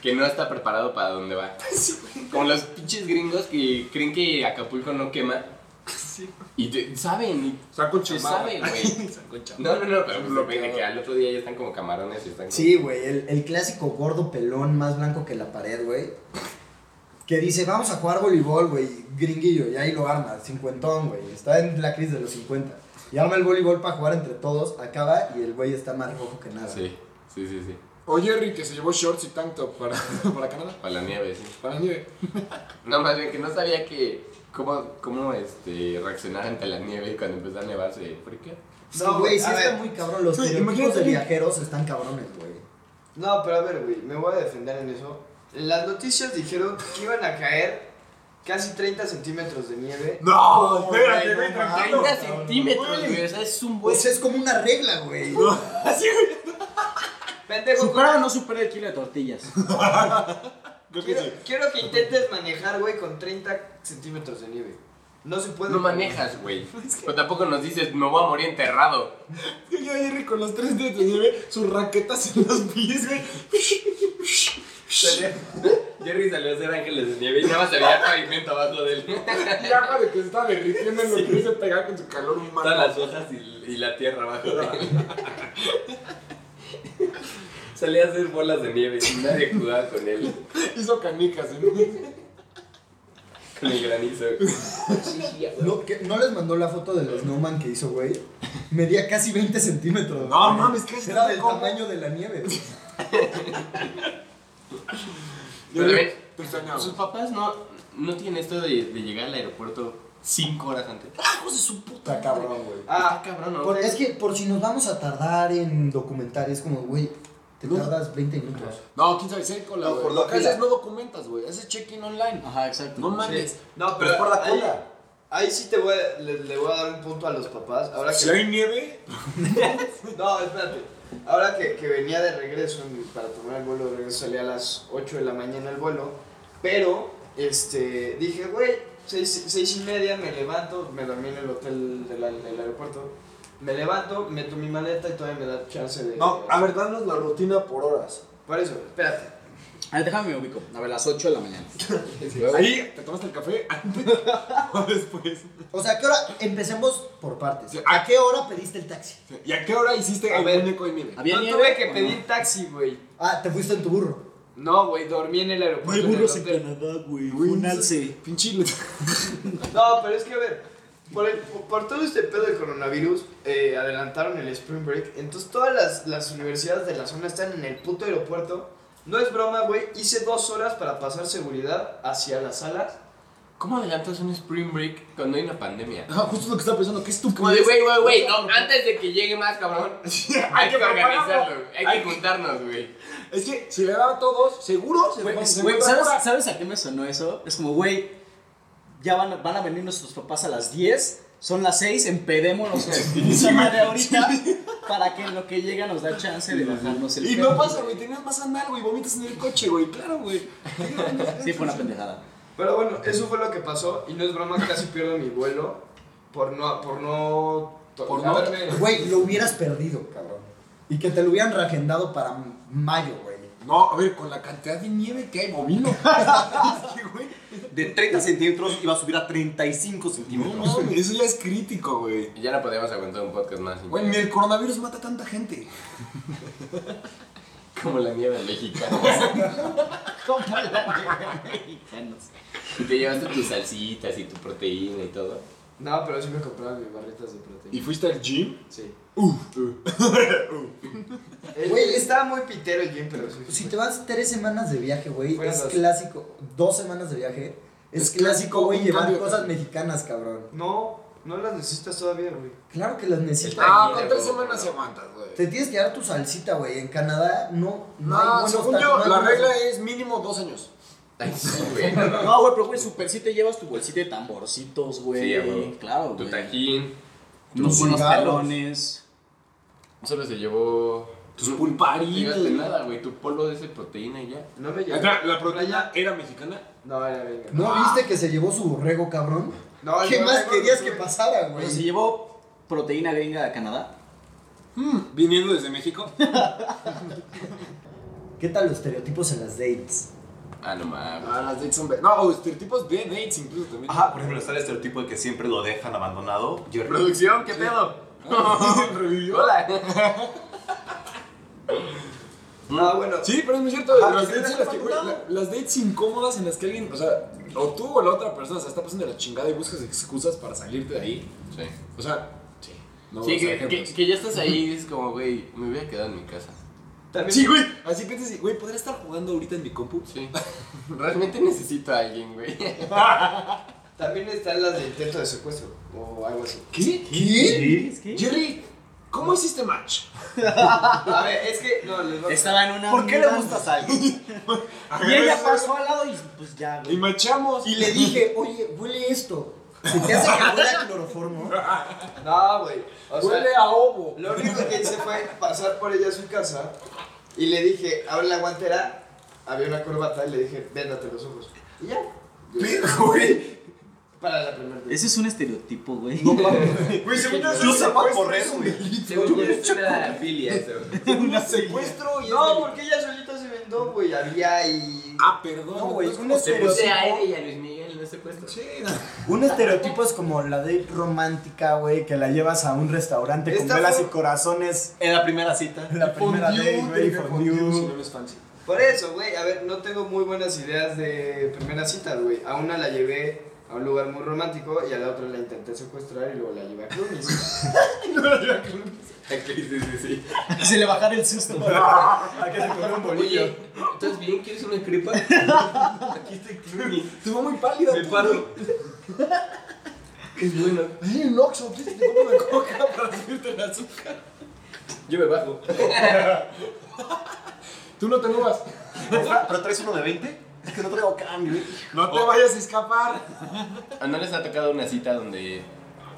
Speaker 5: que no está preparado para donde va. Como los pinches gringos que creen que Acapulco no quema. Y te- saben,
Speaker 1: Saco
Speaker 5: y te
Speaker 1: chamada.
Speaker 5: saben, güey.
Speaker 1: Saco chamada.
Speaker 5: No, no, no, pero
Speaker 1: Sí,
Speaker 5: pues lo
Speaker 1: sí,
Speaker 5: que
Speaker 1: claro.
Speaker 5: al otro día ya están como camarones y están como...
Speaker 3: Sí, güey, el, el clásico gordo pelón más blanco que la pared, güey.
Speaker 6: Que dice, vamos a jugar voleibol, güey, gringuillo, y ahí lo arma, cincuentón, güey, está en la crisis de los 50. Y arma el voleibol para jugar entre todos, acaba y el güey está más rojo que nada.
Speaker 5: Sí, sí, sí, sí.
Speaker 1: O Jerry, que se llevó shorts y tank top para, para Canadá.
Speaker 5: Para la nieve, sí.
Speaker 1: Para la nieve.
Speaker 5: No, más bien que no sabía que... Cómo, cómo este, reaccionar ante la nieve y cuando empezó a nevar se friquea.
Speaker 6: Es que, güey, sí
Speaker 2: a
Speaker 6: está
Speaker 2: ver.
Speaker 6: muy cabrón, los
Speaker 1: Güey,
Speaker 6: estereotipos
Speaker 1: imagínate
Speaker 6: de
Speaker 1: que-
Speaker 6: viajeros están cabrones, güey.
Speaker 2: No, pero a ver, güey, me voy a defender en eso. Las noticias dijeron que iban a caer casi 30 centímetros de nieve.
Speaker 1: No,
Speaker 6: güey,
Speaker 1: espérate, güey,
Speaker 6: no
Speaker 1: tranquilo.
Speaker 5: 30 centímetros, güey, o sea, es un
Speaker 2: Pues
Speaker 5: buen...
Speaker 6: O sea, es como una regla, güey.
Speaker 1: Así, güey.
Speaker 2: Pendejo,
Speaker 4: Supera o no supera el kilo de tortillas.
Speaker 1: Creo que
Speaker 2: quiero,
Speaker 1: sí.
Speaker 2: quiero que intentes manejar, güey, con 30 centímetros de nieve. No se puede.
Speaker 5: No manejas, "Ah, güey. O tampoco nos dices, me voy a morir enterrado.
Speaker 1: Yo llevo a Jerry con los tres dedos de nieve, sus raquetas en los pies, güey.
Speaker 5: Jerry salió a hacer ángeles de nieve y nada más había pavimento abajo de él.
Speaker 1: Y agua de que se está derritiendo en lo que se pega con su calor
Speaker 5: Todas
Speaker 1: humano.
Speaker 5: las hojas y, y la tierra abajo de él. Salía a hacer bolas de nieve y nadie jugaba con él,
Speaker 1: Hizo canicas, ¿eh?
Speaker 5: con el granizo.
Speaker 6: Lo que- ¿No les mandó la foto del snowman que hizo, güey? Medía casi 20 centímetros.
Speaker 1: No
Speaker 6: güey.
Speaker 1: mames, ¿qué es
Speaker 6: Era del
Speaker 1: esto?
Speaker 6: tamaño de la nieve. güey.
Speaker 5: Pero Pues, también,
Speaker 1: Te extrañaba.
Speaker 5: sus papás no, no tienen esto de, de llegar al aeropuerto cinco horas antes.
Speaker 1: Ah, Hijos de su puta.
Speaker 6: Está cabrón, güey.
Speaker 2: Ah,
Speaker 5: Ah, cabrón, ¿no?
Speaker 8: Por- es que por si nos vamos a tardar en documentar, es como, güey, te
Speaker 1: No.
Speaker 8: tardas 20 minutos.
Speaker 1: No, quién sabe, sé con la.
Speaker 9: No,
Speaker 1: güey.
Speaker 9: por la
Speaker 1: Lo que haces
Speaker 9: fila.
Speaker 1: no documentas, güey. Haces check-in online.
Speaker 4: Ajá, exacto.
Speaker 1: No mames.
Speaker 2: No,
Speaker 9: Pero es por la
Speaker 2: ahí-
Speaker 9: cola.
Speaker 2: Ahí sí te voy a- le, le voy a dar un punto a los papás. Ahora que,
Speaker 1: nieve.
Speaker 2: No, espérate. Ahora que, que venía de regreso en- para tomar el vuelo de regreso, salía a las 8 de la mañana el vuelo. Pero, este, dije, güey, 6, y media me levanto, me dormí en el hotel del, a- del aeropuerto. Me levanto, meto mi maleta y todavía me da chance de.
Speaker 6: No, a ver, danos la rutina por horas.
Speaker 2: Por eso, espérate.
Speaker 4: A ver, déjame me ubico. A ver, las 8 de la mañana.
Speaker 1: Ahí te tomaste el café antes o después.
Speaker 8: O sea, ¿a qué hora? Empecemos por partes.
Speaker 1: Sí.
Speaker 8: ¿A qué hora pediste el taxi?
Speaker 1: ¿Y a qué hora hiciste
Speaker 2: A
Speaker 1: el
Speaker 2: ver.
Speaker 1: muñeco de nieve?
Speaker 4: ¿Había
Speaker 2: no
Speaker 4: nieve
Speaker 2: tuve que
Speaker 4: o no?
Speaker 2: pedir taxi, güey.
Speaker 8: Ah, te fuiste en tu burro.
Speaker 2: No, güey, dormí en el aeropuerto. en el hotel.
Speaker 4: Canadá, güey.
Speaker 1: Güey,
Speaker 4: Un
Speaker 1: no sé.
Speaker 4: alce.
Speaker 1: Pinche.
Speaker 2: No, pero es que a ver, por, el- por todo este pedo del coronavirus, eh, adelantaron el Spring Break. Entonces todas las, las universidades de la zona están en el puto aeropuerto. No es broma, güey. Hice dos horas para pasar seguridad hacia las salas.
Speaker 5: ¿Cómo adelantas un spring break cuando hay una pandemia?
Speaker 1: Ah, justo lo que estaba pensando, qué estúpido.
Speaker 5: Como de,
Speaker 1: es.
Speaker 5: güey, güey, güey, no, antes de que llegue más, cabrón, hay que organizarlo, güey, hay que juntarnos, güey.
Speaker 1: Es que si le daban todos, seguro se
Speaker 4: Güey,
Speaker 1: van- se
Speaker 4: güey,
Speaker 1: van a
Speaker 4: ¿sabes,
Speaker 1: curar.
Speaker 4: ¿sabes a qué me sonó eso? Es como, güey, ya van, a- van a venir nuestros papás a las 10, son las 6, empedémonos con esa madre ahorita para que en lo que llega nos da chance de bajarnos el
Speaker 1: Y
Speaker 4: pedo.
Speaker 1: no pasa, güey, tenías más anal, güey, vomitas en el coche, güey, claro, güey.
Speaker 4: Sí, fue una pendejada.
Speaker 2: Pero bueno, eso fue lo que pasó. Y no es broma, casi pierdo mi vuelo por no... Por no... to-
Speaker 1: Por no-
Speaker 2: haberme-
Speaker 8: Güey, lo hubieras perdido, cabrón. Y que te lo hubieran reagendado para mayo, güey.
Speaker 1: No, a ver, con la cantidad de nieve que hay, bovino. Es que, güey,
Speaker 9: De 30 centímetros iba a subir a 35
Speaker 1: no
Speaker 9: centímetros.
Speaker 1: mames, eso ya es crítico, güey.
Speaker 5: Y ya no podemos aguantar un podcast más. sin-
Speaker 1: Güey, ni el coronavirus mata tanta gente.
Speaker 5: Como la nieve mexicana. Y te llevaste tus salsitas y tu proteína y todo.
Speaker 2: No, pero sí me compraron mis barritas de proteína.
Speaker 1: ¿Y fuiste al gym?
Speaker 2: Sí.
Speaker 1: Uf, uh.
Speaker 2: Eh,
Speaker 8: Güey,
Speaker 2: estaba muy pitero el gym, pero sí.
Speaker 8: Si te vas tres semanas de viaje, güey,
Speaker 2: Fueron
Speaker 8: es
Speaker 2: dos.
Speaker 8: clásico. Dos semanas de viaje. Es,
Speaker 1: Es
Speaker 8: clásico,
Speaker 1: clásico
Speaker 8: güey,
Speaker 1: un
Speaker 8: llevar
Speaker 1: cambio.
Speaker 8: cosas mexicanas, cabrón.
Speaker 2: No, no las necesitas todavía, güey.
Speaker 8: Claro que las necesitas.
Speaker 1: Ah,
Speaker 5: Tranquilo,
Speaker 1: con tres
Speaker 5: güey.
Speaker 1: semanas se aguantas, güey.
Speaker 8: Te tienes que dar tu salsita, güey. En Canadá no. hay
Speaker 1: No,
Speaker 8: buenos
Speaker 1: según
Speaker 8: tacos,
Speaker 1: yo,
Speaker 8: no hay
Speaker 1: la
Speaker 8: buenos-
Speaker 1: regla es mínimo dos años.
Speaker 5: Ay, sí, güey.
Speaker 4: No, güey, pero güey, super sí te llevas tu bolsita de tamborcitos, güey.
Speaker 5: Sí, a huevo.
Speaker 4: Claro,
Speaker 5: Tu
Speaker 4: güey.
Speaker 5: tajín.
Speaker 4: Unos
Speaker 8: tus
Speaker 4: buenos
Speaker 8: cigarros.
Speaker 4: pelones.
Speaker 5: Solo se llevó.
Speaker 1: Tus
Speaker 5: no- No
Speaker 1: pulparitos.
Speaker 5: llevaste nada, güey. Tu polvo de ese proteína y ya.
Speaker 2: No me llevé.
Speaker 1: Espera, ¿La proteína era mexicana?
Speaker 2: No, era venga.
Speaker 8: ¿No viste que se llevó su borrego, cabrón?
Speaker 2: No, Ah, el
Speaker 8: ¿Qué
Speaker 2: borrego
Speaker 8: más
Speaker 2: no
Speaker 8: querías
Speaker 2: tuve.
Speaker 8: que pasara,
Speaker 4: O
Speaker 8: güey?
Speaker 4: sea, se llevó proteína gringa de Canadá.
Speaker 1: Mm, ¿Viniendo desde México?
Speaker 8: ¿Qué tal los estereotipos en las dates?
Speaker 5: Ah, no mames.
Speaker 1: Ah, las dates son... be- No, estereotipos de dates incluso también.
Speaker 9: Ajá, por ejemplo, está el estereotipo de que siempre lo dejan abandonado. Jerry.
Speaker 5: Producción, ¿qué pedo?
Speaker 1: Revivió.
Speaker 5: Hola.
Speaker 2: No, bueno.
Speaker 1: Sí, pero es muy cierto.
Speaker 6: Ajá,
Speaker 1: las,
Speaker 6: que
Speaker 1: dates
Speaker 6: te
Speaker 1: en las, que,
Speaker 6: dejan
Speaker 1: güey, la- las dates incómodas en las que alguien, o sea, o tú o la otra persona se está pasando de la chingada y buscas excusas para salirte de ahí.
Speaker 5: Sí.
Speaker 1: O sea, sí. No,
Speaker 5: Sí,
Speaker 1: o sea,
Speaker 5: que, que,
Speaker 1: ejemplos.
Speaker 5: que ya estás ahí y es como, güey, me hubiera quedado en mi casa.
Speaker 2: También
Speaker 1: Sí, güey. Así que dices, güey, ¿podría estar jugando ahorita en mi compu?
Speaker 5: Sí. Realmente necesito a alguien, güey.
Speaker 2: También están las de intento de secuestro o algo así.
Speaker 1: ¿Qué?
Speaker 4: ¿Qué?
Speaker 1: Jerry, ¿cómo hiciste match?
Speaker 2: A ver, es que no, les voy a
Speaker 4: Estaba en una.
Speaker 9: ¿Por qué le
Speaker 4: mudanza.
Speaker 9: gustas a alguien?
Speaker 4: Y ella pasó al lado y pues ya,
Speaker 1: Y
Speaker 4: güey.
Speaker 1: machamos.
Speaker 8: Y le dije, oye, huele esto. ¿Se te hace que huele a cloroformo?
Speaker 2: No, güey. O sea,
Speaker 1: Huele a ovo.
Speaker 2: lo único que hice fue pasar por ella a su casa y le dije, abre la guantera. Había una corbata y le dije, véndate los ojos. Y ya.
Speaker 1: Güey,
Speaker 2: Para la primera vez.
Speaker 4: Ese es un estereotipo, güey.
Speaker 1: güey, según yo,
Speaker 9: Yo sé para
Speaker 1: secuestro
Speaker 9: correr,
Speaker 1: es un
Speaker 9: güey.
Speaker 1: delito,
Speaker 5: Según yo
Speaker 1: güey.
Speaker 5: es una filia eso.
Speaker 1: Un secuestro y es
Speaker 2: No,
Speaker 1: delito.
Speaker 2: porque ella solita se vendó, güey. Había y.
Speaker 1: Ah, perdón.
Speaker 8: No, güey, un
Speaker 1: entonces,
Speaker 5: Se
Speaker 8: estereotipo.
Speaker 5: puse a Eve y a Luis Miguel, no secuestro.
Speaker 1: Sí,
Speaker 6: Un estereotipo es como la date romántica, güey, que la llevas a un restaurante con
Speaker 2: Esta
Speaker 6: velas
Speaker 2: fue-
Speaker 6: y corazones.
Speaker 9: En la primera cita.
Speaker 6: La primera date, güey,
Speaker 1: si no
Speaker 6: fondue.
Speaker 1: no es fancy.
Speaker 2: Por eso, güey, a ver, no tengo muy buenas ideas de primera cita, güey. A una la llevé a a un lugar muy romántico y a la otra la intenté secuestrar y luego la llevé a Clunis.
Speaker 5: Sí, sí, sí, sí.
Speaker 4: Y se le bajara el susto.
Speaker 2: a que se comió un
Speaker 5: Oye, ¿estás bien? ¿Quieres una crepa? Aquí estoy Clooney.
Speaker 1: Estuvo muy pálida.
Speaker 5: Me
Speaker 1: puto.
Speaker 5: paro. Es bueno.
Speaker 1: Hay un Oxxo, ¿quieres que te compre una coca para subirte el azúcar?
Speaker 5: Yo me bajo.
Speaker 1: Tú no te muevas.
Speaker 9: ¿Pero traes uno de 20? Es que no traigo cambio.
Speaker 1: No te vayas a escapar.
Speaker 5: ¿A Ah, ¿No les ha tocado una cita donde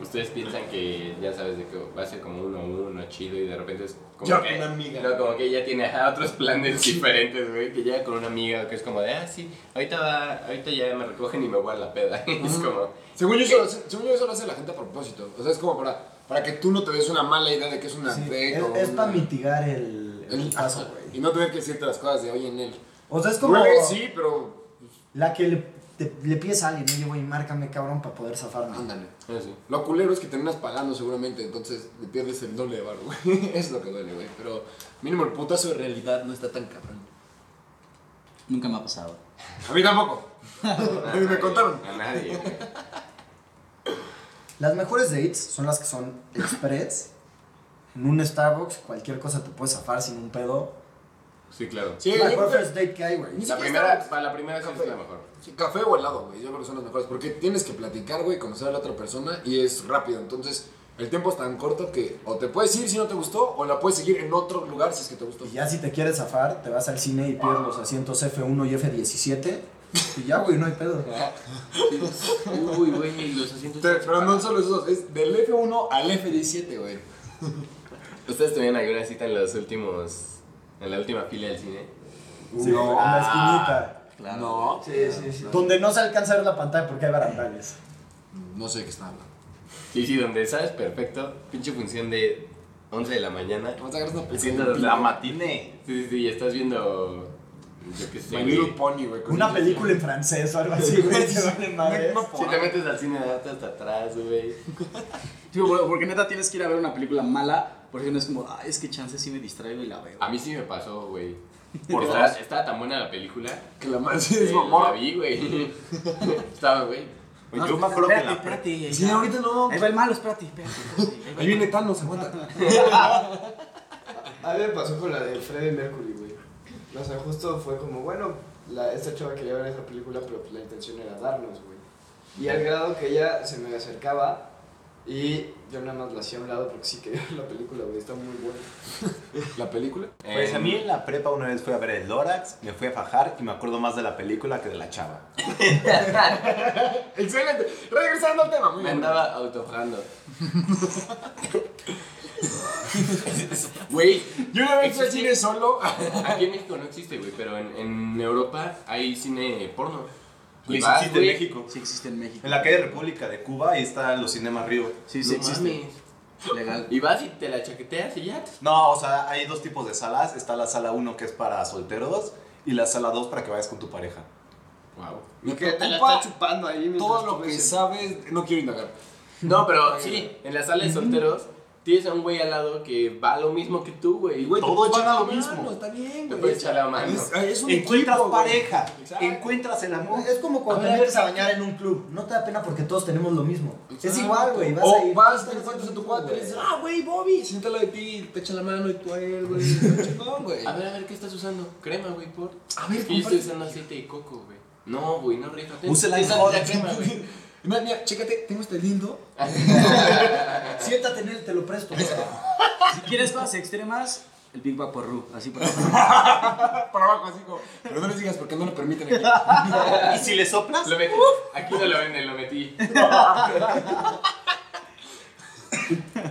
Speaker 5: ustedes piensan que ya sabes de que va a ser como uno a uno chido y de repente es como
Speaker 1: Ya
Speaker 5: que
Speaker 1: con una amiga.
Speaker 5: No, como que ya tiene ajá, otros planes diferentes, güey, que llega con una amiga que es como de, ah, sí, ahorita va, ahorita ya me recogen y me voy a la peda. es como
Speaker 1: Según yo, eso, lo hace- según yo eso lo hace la gente a propósito. O sea, es como para, para que tú no te des una mala idea de que es una
Speaker 6: Sí,
Speaker 1: fake
Speaker 6: es
Speaker 1: o
Speaker 6: es
Speaker 1: una-
Speaker 6: para mitigar el, el
Speaker 1: el-
Speaker 6: paso,
Speaker 1: ajá,
Speaker 6: güey.
Speaker 1: Y no tener que decirte las cosas de, oye, en él.
Speaker 6: O sea, es como
Speaker 1: sí, pero
Speaker 6: la que le, te- le pides a alguien, oye, güey, márcame, cabrón, para poder zafarme.
Speaker 1: ándale.
Speaker 5: así.
Speaker 1: Lo culero es que terminas pagando seguramente, entonces le pierdes el doble de bar, güey. Es lo que duele, güey. Pero mínimo el putazo de realidad no está tan cabrón.
Speaker 4: Nunca me ha pasado.
Speaker 1: A mí tampoco. me contaron.
Speaker 5: A nadie, güey.
Speaker 6: Las mejores dates son las que son express. en un Starbucks, cualquier cosa te puedes zafar sin un pedo.
Speaker 5: Sí, claro.
Speaker 1: Sí,
Speaker 6: Es la
Speaker 1: yo creo
Speaker 6: mejor
Speaker 1: que-
Speaker 6: first date que hay, güey.
Speaker 1: Ni
Speaker 5: La
Speaker 1: siquiera
Speaker 5: primera,
Speaker 1: Starbucks.
Speaker 5: para la primera sí es
Speaker 1: Café.
Speaker 5: la mejor.
Speaker 1: Sí, café o helado, güey. Yo creo que son las mejores. Porque tienes que platicar, güey, conocer a la otra persona y es rápido. Entonces, el tiempo es tan corto que o te puedes ir si no te gustó o la puedes seguir en otro lugar si es que te gustó.
Speaker 6: Y ya si te quieres zafar, te vas al cine y pides los asientos F1 y F17. Y ya, güey, no hay pedo.
Speaker 5: Uy, güey, los asientos.
Speaker 1: Te- Pero no solo esos dos, es del F1 al F17, güey.
Speaker 5: ¿Ustedes tuvieron alguna cita en los últimos. en la última fila del cine?
Speaker 6: Sí, en la esquinita.
Speaker 4: Claro.
Speaker 1: No,
Speaker 2: Sí, sí, sí.
Speaker 6: Donde no se alcanza a ver la pantalla porque hay barandales.
Speaker 1: no sé de qué están hablando.
Speaker 5: Sí, sí, donde sabes perfecto, pinche función de 11 de la mañana.
Speaker 1: Vamos a agarrar una
Speaker 5: Sí,
Speaker 1: película.
Speaker 5: la
Speaker 9: La matiné.
Speaker 5: Sí, sí, sí, estás viendo. Yo qué sé.
Speaker 1: My
Speaker 5: güey.
Speaker 1: Little Pony, güey. con
Speaker 6: Una
Speaker 1: ellos.
Speaker 6: película en francés o algo así, güey. se vale madres.
Speaker 5: Si te metes al cine, date hasta atrás, güey.
Speaker 4: Digo, bro, porque neta tienes que ir a ver una película mala, porque no es como, ah, es que chance sí me distraigo y la veo.
Speaker 5: A mí sí me pasó, güey.
Speaker 9: Por
Speaker 5: Estaba,
Speaker 9: dos.
Speaker 5: estaba tan buena la película.
Speaker 1: Que la madre
Speaker 5: que
Speaker 1: es
Speaker 5: La
Speaker 1: mamá.
Speaker 5: vi, güey. estaba, güey.
Speaker 9: Güey, Pues yo me acuerdo que en la pre-
Speaker 4: espérate.
Speaker 1: Sí, ahorita no.
Speaker 4: Ahí va el malo, espérate, espérate.
Speaker 1: Ahí viene Thanos, aguanta.
Speaker 2: A mí me pasó con la de Freddie Mercury, güey. O sea, justo fue como, bueno, la, esta chava quería ver esa película, pero pues la intención era darnos, güey. Y al grado que ella se me acercaba y yo nada más la hacía a un lado porque sí quería ver la película, güey, está muy buena.
Speaker 1: ¿La película?
Speaker 9: Pues a
Speaker 5: En-
Speaker 9: mí en la prepa una vez fui a ver el Lorax, me fui a fajar y me acuerdo más de la película que de la chava.
Speaker 1: Excelente. Regresando al tema, muy
Speaker 5: Me
Speaker 1: bien.
Speaker 5: andaba autofajando. Güey,
Speaker 1: Yo una vez fui al
Speaker 5: Existe-
Speaker 1: cine solo.
Speaker 5: aquí en México no existe, güey, pero en, en Europa hay cine porno.
Speaker 9: Y
Speaker 5: Y
Speaker 9: eso
Speaker 5: vas,
Speaker 9: existe en
Speaker 5: güey.
Speaker 9: México.
Speaker 4: Sí existe en México.
Speaker 9: En la calle República de Cuba ahí están los cinemas Río.
Speaker 4: Sí,
Speaker 5: No
Speaker 4: sí existe.
Speaker 5: mames.
Speaker 4: Legal.
Speaker 5: Y vas y te la chaqueteas y ya.
Speaker 9: No, o sea, hay dos tipos de salas. Está la sala 1 que es para solteros y la sala 2 para que vayas con tu pareja.
Speaker 5: Wow.
Speaker 1: Me
Speaker 2: Que te la
Speaker 1: preocupa
Speaker 2: está chupando ahí. mientras
Speaker 1: Todo lo
Speaker 2: tú
Speaker 1: que
Speaker 2: ves el-
Speaker 1: sabes, no quiero indagar.
Speaker 5: No, pero
Speaker 1: eh,
Speaker 5: sí, en la sala de solteros tienes a un güey al lado que va a lo mismo que tú, güey.
Speaker 1: Güey, te
Speaker 9: Todo
Speaker 1: puedo
Speaker 9: echa
Speaker 1: echar
Speaker 9: lo
Speaker 1: la
Speaker 9: mismo.
Speaker 1: mano, Está bien,
Speaker 5: Te
Speaker 1: güey.
Speaker 5: puedes echar la mano.
Speaker 1: Es, es un
Speaker 9: Encuentras
Speaker 1: equipo, güey.
Speaker 9: pareja,
Speaker 1: Exacto.
Speaker 9: encuentras el amor.
Speaker 6: Es como cuando
Speaker 1: A
Speaker 6: te
Speaker 1: ver,
Speaker 6: metes a
Speaker 1: exacto.
Speaker 6: bañar en un club. No te da pena porque todos tenemos lo mismo. Es
Speaker 1: Exacto.
Speaker 6: igual, güey. Ah. Vas a
Speaker 1: O
Speaker 6: ir,
Speaker 1: vas,
Speaker 6: todos
Speaker 1: te
Speaker 6: tenemos
Speaker 1: encuentras a
Speaker 6: lo
Speaker 1: tu
Speaker 6: mismo,
Speaker 1: cuate y
Speaker 6: güey.
Speaker 1: dices, ah, güey, Bobby, siéntala de ti, te echa la mano y tú a él, güey. Chingón, güey.
Speaker 5: A ver, a ver, ¿qué estás usando? Crema, güey, por.
Speaker 1: A ver,
Speaker 5: Es que yo estoy
Speaker 1: comparte.
Speaker 5: usando aceite de coco, güey. No, güey, no rifa.
Speaker 9: Úsela
Speaker 5: Esa
Speaker 9: mejor.
Speaker 5: es la crema, güey.
Speaker 1: Mira, mira, chécate, tengo este lindo.
Speaker 6: Siéntate en él, te lo presto. güey.
Speaker 4: Si quieres cosas extremas, el Big Bang por Ru, así por
Speaker 1: Para abajo, así como. Pero no les digas porque no lo permiten aquí.
Speaker 9: Y si le soplas,
Speaker 5: Lo metí. Aquí no lo venden, lo metí.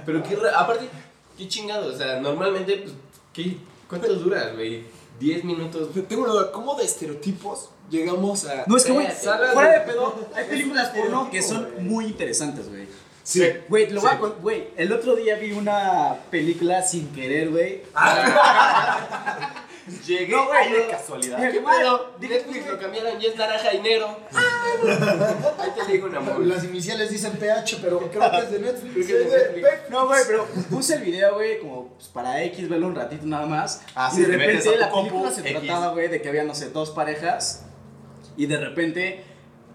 Speaker 5: Pero qué ra- Aparte, qué chingado. O sea, normalmente, pues, ¿qué? ¿cuántos duras, güey? 10 minutos.
Speaker 1: Tengo una duda, ¿cómo de estereotipos llegamos a.
Speaker 4: No, es que, güey,
Speaker 5: Sala
Speaker 4: fuera
Speaker 5: de-
Speaker 4: de pedo, hay películas porno que son muy interesantes, güey.
Speaker 1: Sí.
Speaker 4: Güey, lo voy a
Speaker 1: Sí.
Speaker 4: con- Güey, el otro día vi una película sin querer, güey.
Speaker 9: llegué
Speaker 4: No, güey,
Speaker 9: ahí de
Speaker 4: no.
Speaker 9: casualidad.
Speaker 4: Mira,
Speaker 5: ¿Qué
Speaker 4: güey,
Speaker 5: pedo?
Speaker 4: dije, pues,
Speaker 1: "Pues,
Speaker 5: Netflix lo cambiaron y es naranja y negro.
Speaker 1: Ah,
Speaker 5: Ahí te digo una
Speaker 6: Las iniciales dicen PH, pero creo que es de Netflix.
Speaker 5: Creo que es de Netflix.
Speaker 4: No, güey, pero puse el video, güey, como pues, para X, verlo un ratito nada más.
Speaker 9: Ah,
Speaker 4: y
Speaker 9: sí,
Speaker 4: de
Speaker 9: te metes a
Speaker 4: repente
Speaker 9: tu
Speaker 4: la
Speaker 9: compu,
Speaker 4: película se
Speaker 9: X.
Speaker 4: trataba, güey, de que había, no sé, dos parejas. Y de repente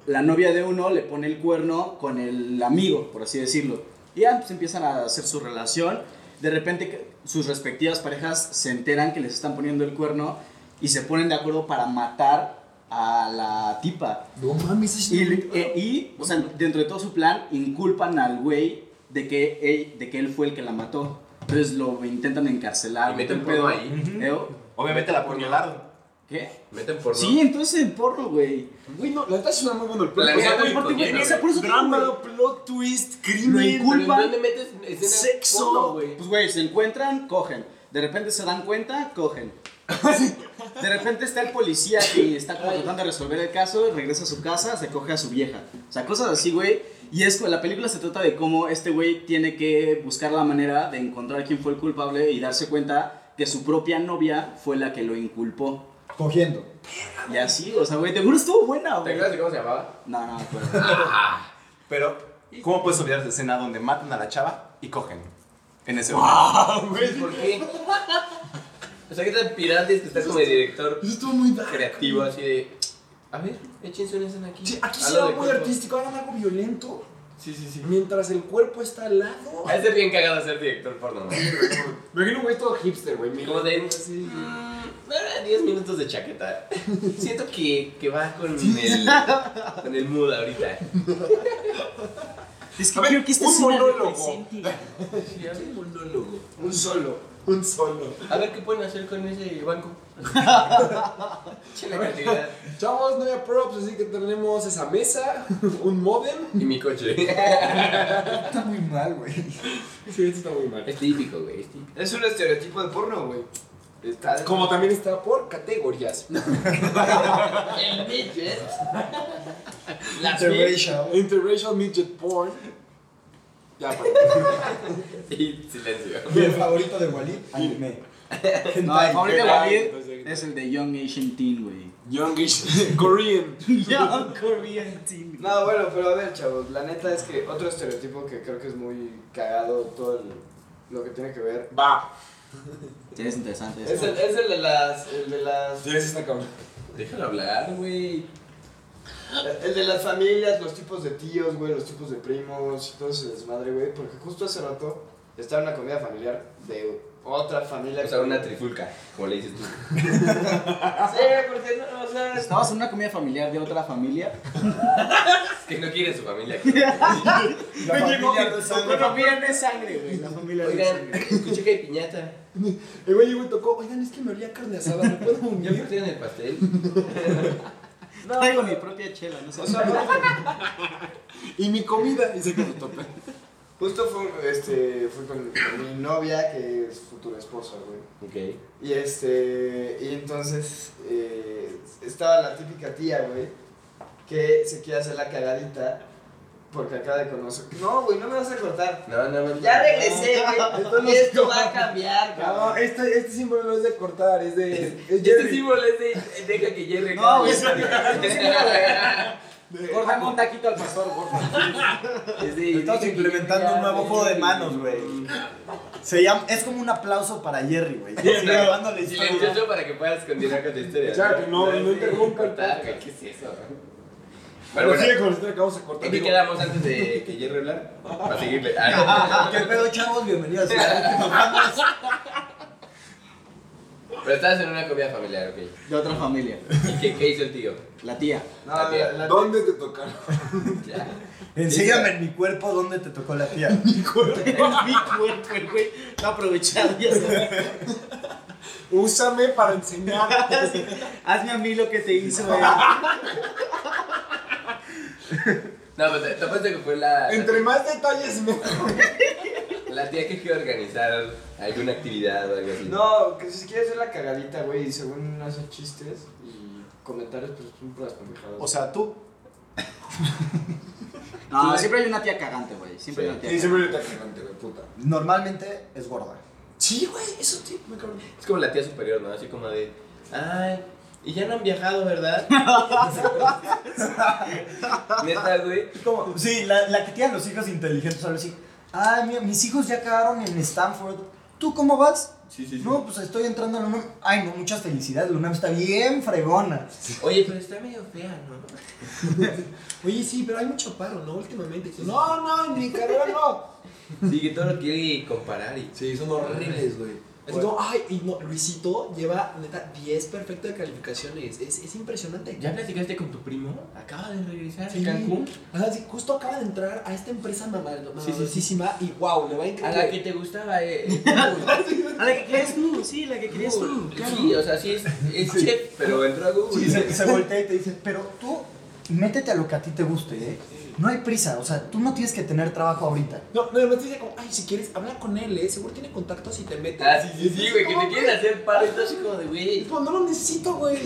Speaker 4: la novia de uno le pone el cuerno con el amigo, por así decirlo. Y ya pues, empiezan a hacer su relación. De repente que- sus respectivas parejas se enteran que les están poniendo el cuerno y se ponen de acuerdo para matar a la tipa.
Speaker 1: No mames, es
Speaker 4: Y, eh, y, o sea, dentro de todo su plan, inculpan al güey de que, él, de que él fue el que la mató. Entonces lo intentan encarcelar.
Speaker 5: Y meten
Speaker 4: un
Speaker 5: porno
Speaker 4: pedo.
Speaker 5: ahí.
Speaker 4: ¿Eh?
Speaker 9: Obviamente la apuñalaron.
Speaker 4: ¿Qué?
Speaker 5: Meten por
Speaker 4: Sí, entonces el porro, güey.
Speaker 1: Güey, no, la neta suena muy bueno el plot.
Speaker 5: La
Speaker 1: O sea,
Speaker 5: neta,
Speaker 1: güey,
Speaker 5: porque, güey,
Speaker 1: tiene
Speaker 5: esa-
Speaker 4: por eso te
Speaker 1: drama,
Speaker 4: digo,
Speaker 1: plot twist,
Speaker 4: Lo
Speaker 1: crimen.
Speaker 5: Pero ¿en
Speaker 4: inculpan.
Speaker 5: dónde metes escenas
Speaker 1: Sexo.
Speaker 5: porno, güey?
Speaker 4: Pues, güey, se encuentran, cogen. De repente se dan cuenta, cogen. De repente está el policía que está como tratando de resolver el caso, regresa a su casa, se coge a su vieja. O sea, cosas así, güey. Y es que la película se trata de cómo este güey tiene que buscar la manera de encontrar quién fue el culpable y darse cuenta que su propia novia fue la que lo inculpó.
Speaker 6: Cogiendo.
Speaker 4: Y así, o sea, güey, te juro estuvo buena,
Speaker 5: ¿Te
Speaker 4: güey.
Speaker 5: acuerdas de cómo se llamaba?
Speaker 4: No, no, pues.
Speaker 9: Pero, ¿cómo puedes olvidar esa escena donde matan a la chava y cogen? En ese momento.
Speaker 5: ¿Por qué? O sea, ¿qué tan pirata es que estás como de director
Speaker 1: Eso estuvo muy dark.
Speaker 5: creativo así de... A ver, échense una escena aquí.
Speaker 1: Sí, aquí
Speaker 5: Algo
Speaker 1: se va
Speaker 5: de
Speaker 1: muy
Speaker 5: cuerpo.
Speaker 1: artístico, hagan algo violento.
Speaker 5: Sí, sí, sí.
Speaker 1: Mientras el cuerpo está al lado.
Speaker 5: Ha de ser bien cagado ser director porno, ¿no?
Speaker 1: Me imagino un güey todo hipster, güey.
Speaker 5: Y
Speaker 1: mira.
Speaker 5: Como de... mm, ah, 10 minutos de chaqueta. Siento que, que va con el, con el mood ahorita.
Speaker 4: Es que
Speaker 1: A ver,
Speaker 4: creo que esta
Speaker 1: un
Speaker 4: escena
Speaker 1: monólogo.
Speaker 4: represente-
Speaker 5: Sí, a ver, un monólogo.
Speaker 2: Un solo.
Speaker 1: Un solo.
Speaker 5: A ver qué pueden hacer con ese banco. Che, la cantidad.
Speaker 1: Chavos, no hay props, así que tenemos esa mesa, un modem.
Speaker 5: Y mi coche.
Speaker 6: Está muy mal, güey.
Speaker 1: Sí, esto está muy mal.
Speaker 5: Es típico, güey. Es típico.
Speaker 2: Es un estereotipo de porno, güey. Está de-
Speaker 1: Como también está por categorías.
Speaker 5: El midget. Las
Speaker 6: Interracial.
Speaker 1: Interracial midget porn. Ya, pues, perdón.
Speaker 5: Y silencio.
Speaker 6: Mi favorito de Walid, anime.
Speaker 4: No, el favorito de
Speaker 1: Hentai.
Speaker 4: Walid es el de Young Asian Teen, güey.
Speaker 1: Youngish Korean.
Speaker 4: Young Korean Teen.
Speaker 2: No, bueno, pero a ver, chavos, la neta es que otro estereotipo que creo que es muy cagado todo el- lo que tiene que ver.
Speaker 1: Va.
Speaker 4: Sí, es interesante.
Speaker 2: Es
Speaker 4: eso.
Speaker 2: el, es el de las. El de las.
Speaker 1: Sí, ese está cabrón.
Speaker 5: Déjalo hablar, güey.
Speaker 2: El de las familias, los tipos de tíos, güey, los tipos de primos y todo ese desmadre, güey. Porque justo hace rato estaba en una comida familiar de otra familia.
Speaker 5: O sea, una trifulca, como le dices tú.
Speaker 2: Sí, porque no, o sea. es-
Speaker 4: Estabas en una comida familiar de otra familia.
Speaker 5: Es que no quiere su familia.
Speaker 6: La familia de
Speaker 4: La familia no es sangre, güey. La familia no es
Speaker 5: Oigan,
Speaker 4: sangre.
Speaker 5: escuché que hay piñata.
Speaker 1: El güey llegó y tocó, oigan, es que me olía carne asada, ¿me puedo
Speaker 5: ¿Ya me
Speaker 1: unir?
Speaker 5: en el pastel?
Speaker 4: Traigo mi propia chela, no sé.
Speaker 2: O sea, no,
Speaker 1: Y mi comida, y se quedó tope.
Speaker 2: justo fue, este, fui con, con mi novia, que es futura esposa, güey.
Speaker 5: Ok.
Speaker 2: Y este, y entonces eh, estaba la típica tía, güey, que se quiere hacer la cagadita porque acaba de conocer. No, güey, no me vas a cortar.
Speaker 5: No, no, no.
Speaker 2: Ya regresé,
Speaker 1: Esto no
Speaker 2: güey.
Speaker 1: se
Speaker 2: Esto va a cambiar,
Speaker 1: No,
Speaker 2: cabrón.
Speaker 1: este, este símbolo no es de cortar, es de. Es
Speaker 5: Este
Speaker 1: Jerry.
Speaker 5: símbolo es de deja que Jerry
Speaker 4: No, güey,
Speaker 5: es
Speaker 4: Córtame un taquito al pastor, por favor.
Speaker 5: de
Speaker 6: Estamos implementando un nuevo juego de manos, güey. Se llama, es como un aplauso para Jerry, güey. Sigue grabando la historia.
Speaker 5: Silencioso para que puedas continuar con tu historia.
Speaker 1: Ya, que no, no interrumpa el
Speaker 5: Cortar, güey, ¿Qué es eso?
Speaker 1: Pero
Speaker 5: Pero bueno,
Speaker 1: sigue con esto que vamos a cortar.
Speaker 5: ¿en qué
Speaker 1: digo.
Speaker 5: quedamos antes de que Jerry hablara? Para seguirle. Ah,
Speaker 6: ¿Qué pedo, chavos? Bienvenidos a la última fase.
Speaker 5: Pero estabas en una comida familiar, ok.
Speaker 4: De otra familia.
Speaker 5: ¿Y qué, qué hizo el tío?
Speaker 4: La tía.
Speaker 2: No, la, la-
Speaker 1: ¿Dónde te tocaron?
Speaker 5: Ya.
Speaker 6: Enséñame en mi cuerpo dónde te tocó la tía.
Speaker 4: mi cuerpo, el güey. Está aprovechado, ya sabes.
Speaker 1: Úsame para enseñar.
Speaker 4: Hazme a mí lo que te hizo, güey.
Speaker 5: No, pues te, te apuesto que fue la, la,
Speaker 1: Entre más detalles, mejor.
Speaker 5: la tía que quiso organizar alguna actividad o algo así.
Speaker 2: no, que si quiere hacer la cagadita, güey, y según hace chistes y comentarios, pues son puras pendejadas.
Speaker 9: O sea, tú.
Speaker 4: No, siempre hay una tía cagante, güey. Siempre hay una tía
Speaker 1: Sí,
Speaker 4: cagante.
Speaker 1: siempre le tocan, güey, puta.
Speaker 6: Normalmente es gorda.
Speaker 1: Sí, güey, eso tío, me cabrón.
Speaker 5: Es como la tía superior, ¿no? Así como de. Ay, y ya no han viajado, ¿verdad? Neta, güey.
Speaker 6: ¿Cómo? Sí, la, la que tiene los hijos inteligentes, ahora sí. Ay, mira, mis hijos ya cagaron en Stanford. ¿Tú cómo vas?
Speaker 5: Sí, sí, sí.
Speaker 6: No, pues estoy entrando a la UNAM. Ay, no, muchas felicidades. La UNAM está bien fregona.
Speaker 5: Oye, pero está medio fea, ¿no?
Speaker 1: Oye, sí, pero hay mucho paro, ¿no? Últimamente. No, no, en mi carrera no.
Speaker 5: Sí, que todo lo quiere comparar y...
Speaker 1: Sí, son horribles, güey. Así como, ay, y no, Luisito lleva, neta, 10 perfecto de calificaciones. Es, es impresionante.
Speaker 5: ¿Ya platicaste con tu primo? Acaba de regresar
Speaker 1: Sí.
Speaker 5: a Cancún.
Speaker 1: O sea, sí, justo acaba de entrar a esta empresa mamadísima
Speaker 5: Sí, sí, sí.
Speaker 1: y wow, le va a
Speaker 5: A la que
Speaker 1: encantar.
Speaker 5: te gustaba, eh.
Speaker 4: A la que querías tú, sí, la que querías tú. Claro.
Speaker 5: Sí, o sea, sí es, es chef, pero entró a Google.
Speaker 6: Y se, se voltea y te dice, pero tú métete a lo que a ti te guste, ¿eh? No hay prisa, o sea, tú no tienes que tener trabajo ahorita.
Speaker 1: No, no, además dice como, ay, si quieres, habla con él, ¿eh? Seguro tiene contactos y te mete.
Speaker 5: Ah, sí, sí, sí, güey, que te quieren hacer paro y todo así como de,
Speaker 1: Y
Speaker 5: güey.
Speaker 1: como, no lo necesito, güey.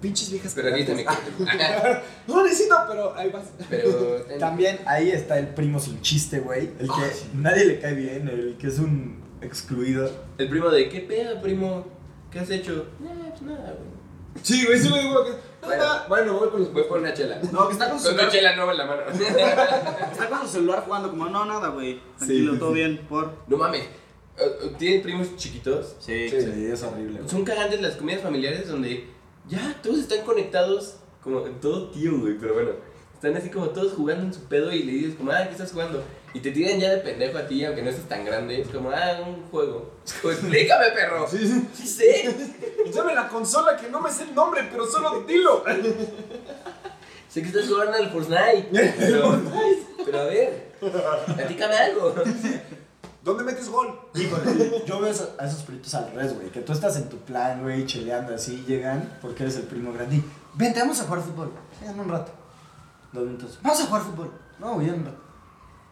Speaker 1: Pinches viejas.
Speaker 5: Pero ahorita me
Speaker 1: Ah, No lo necesito, pero ahí vas.
Speaker 5: Pero.
Speaker 6: También ahí está el primo sin chiste, güey. El que nadie le cae bien, el que es un excluido.
Speaker 5: El primo de, ¿qué pedo, primo? ¿Qué has hecho? Nah, pues nada, güey.
Speaker 1: Sí, güey, sí, güey, güey. que-
Speaker 5: Bueno.
Speaker 1: Ah, Bueno, voy con los
Speaker 5: Voy por una chela.
Speaker 4: No, que está con su
Speaker 5: Con
Speaker 4: celular,
Speaker 5: una chela nueva en la mano.
Speaker 4: está con su celular jugando como, no, nada, güey. Tranquilo, todo bien, por.
Speaker 5: No mames. ¿Tienen primos chiquitos?
Speaker 4: Sí.
Speaker 6: es horrible.
Speaker 5: Son cagantes las comidas familiares donde ya todos están conectados, como en todo tío, güey, pero bueno. Están así como todos jugando en su pedo y le dices como, ah, ¿qué estás jugando? Y te tiran ya de pendejo a ti, aunque no estés tan grande. Es como, ah, un juego. Es como, explícame, perro. Sí, sí. sé.
Speaker 1: Llame la consola que no me sé el nombre, pero solo dilo.
Speaker 5: Sé que estás jugando al Fortnite. Pero, pero a ver, platícame algo.
Speaker 1: ¿Dónde metes gol?
Speaker 6: Híjole, yo veo a esos primitos al revés, güey. Que tú estás en tu plan, güey, cheleando así, llegan porque eres el primo grande. y, Vente, vamos a jugar fútbol. En un rato. Dos minutos. Vamos a jugar fútbol. No, güey, en un rato.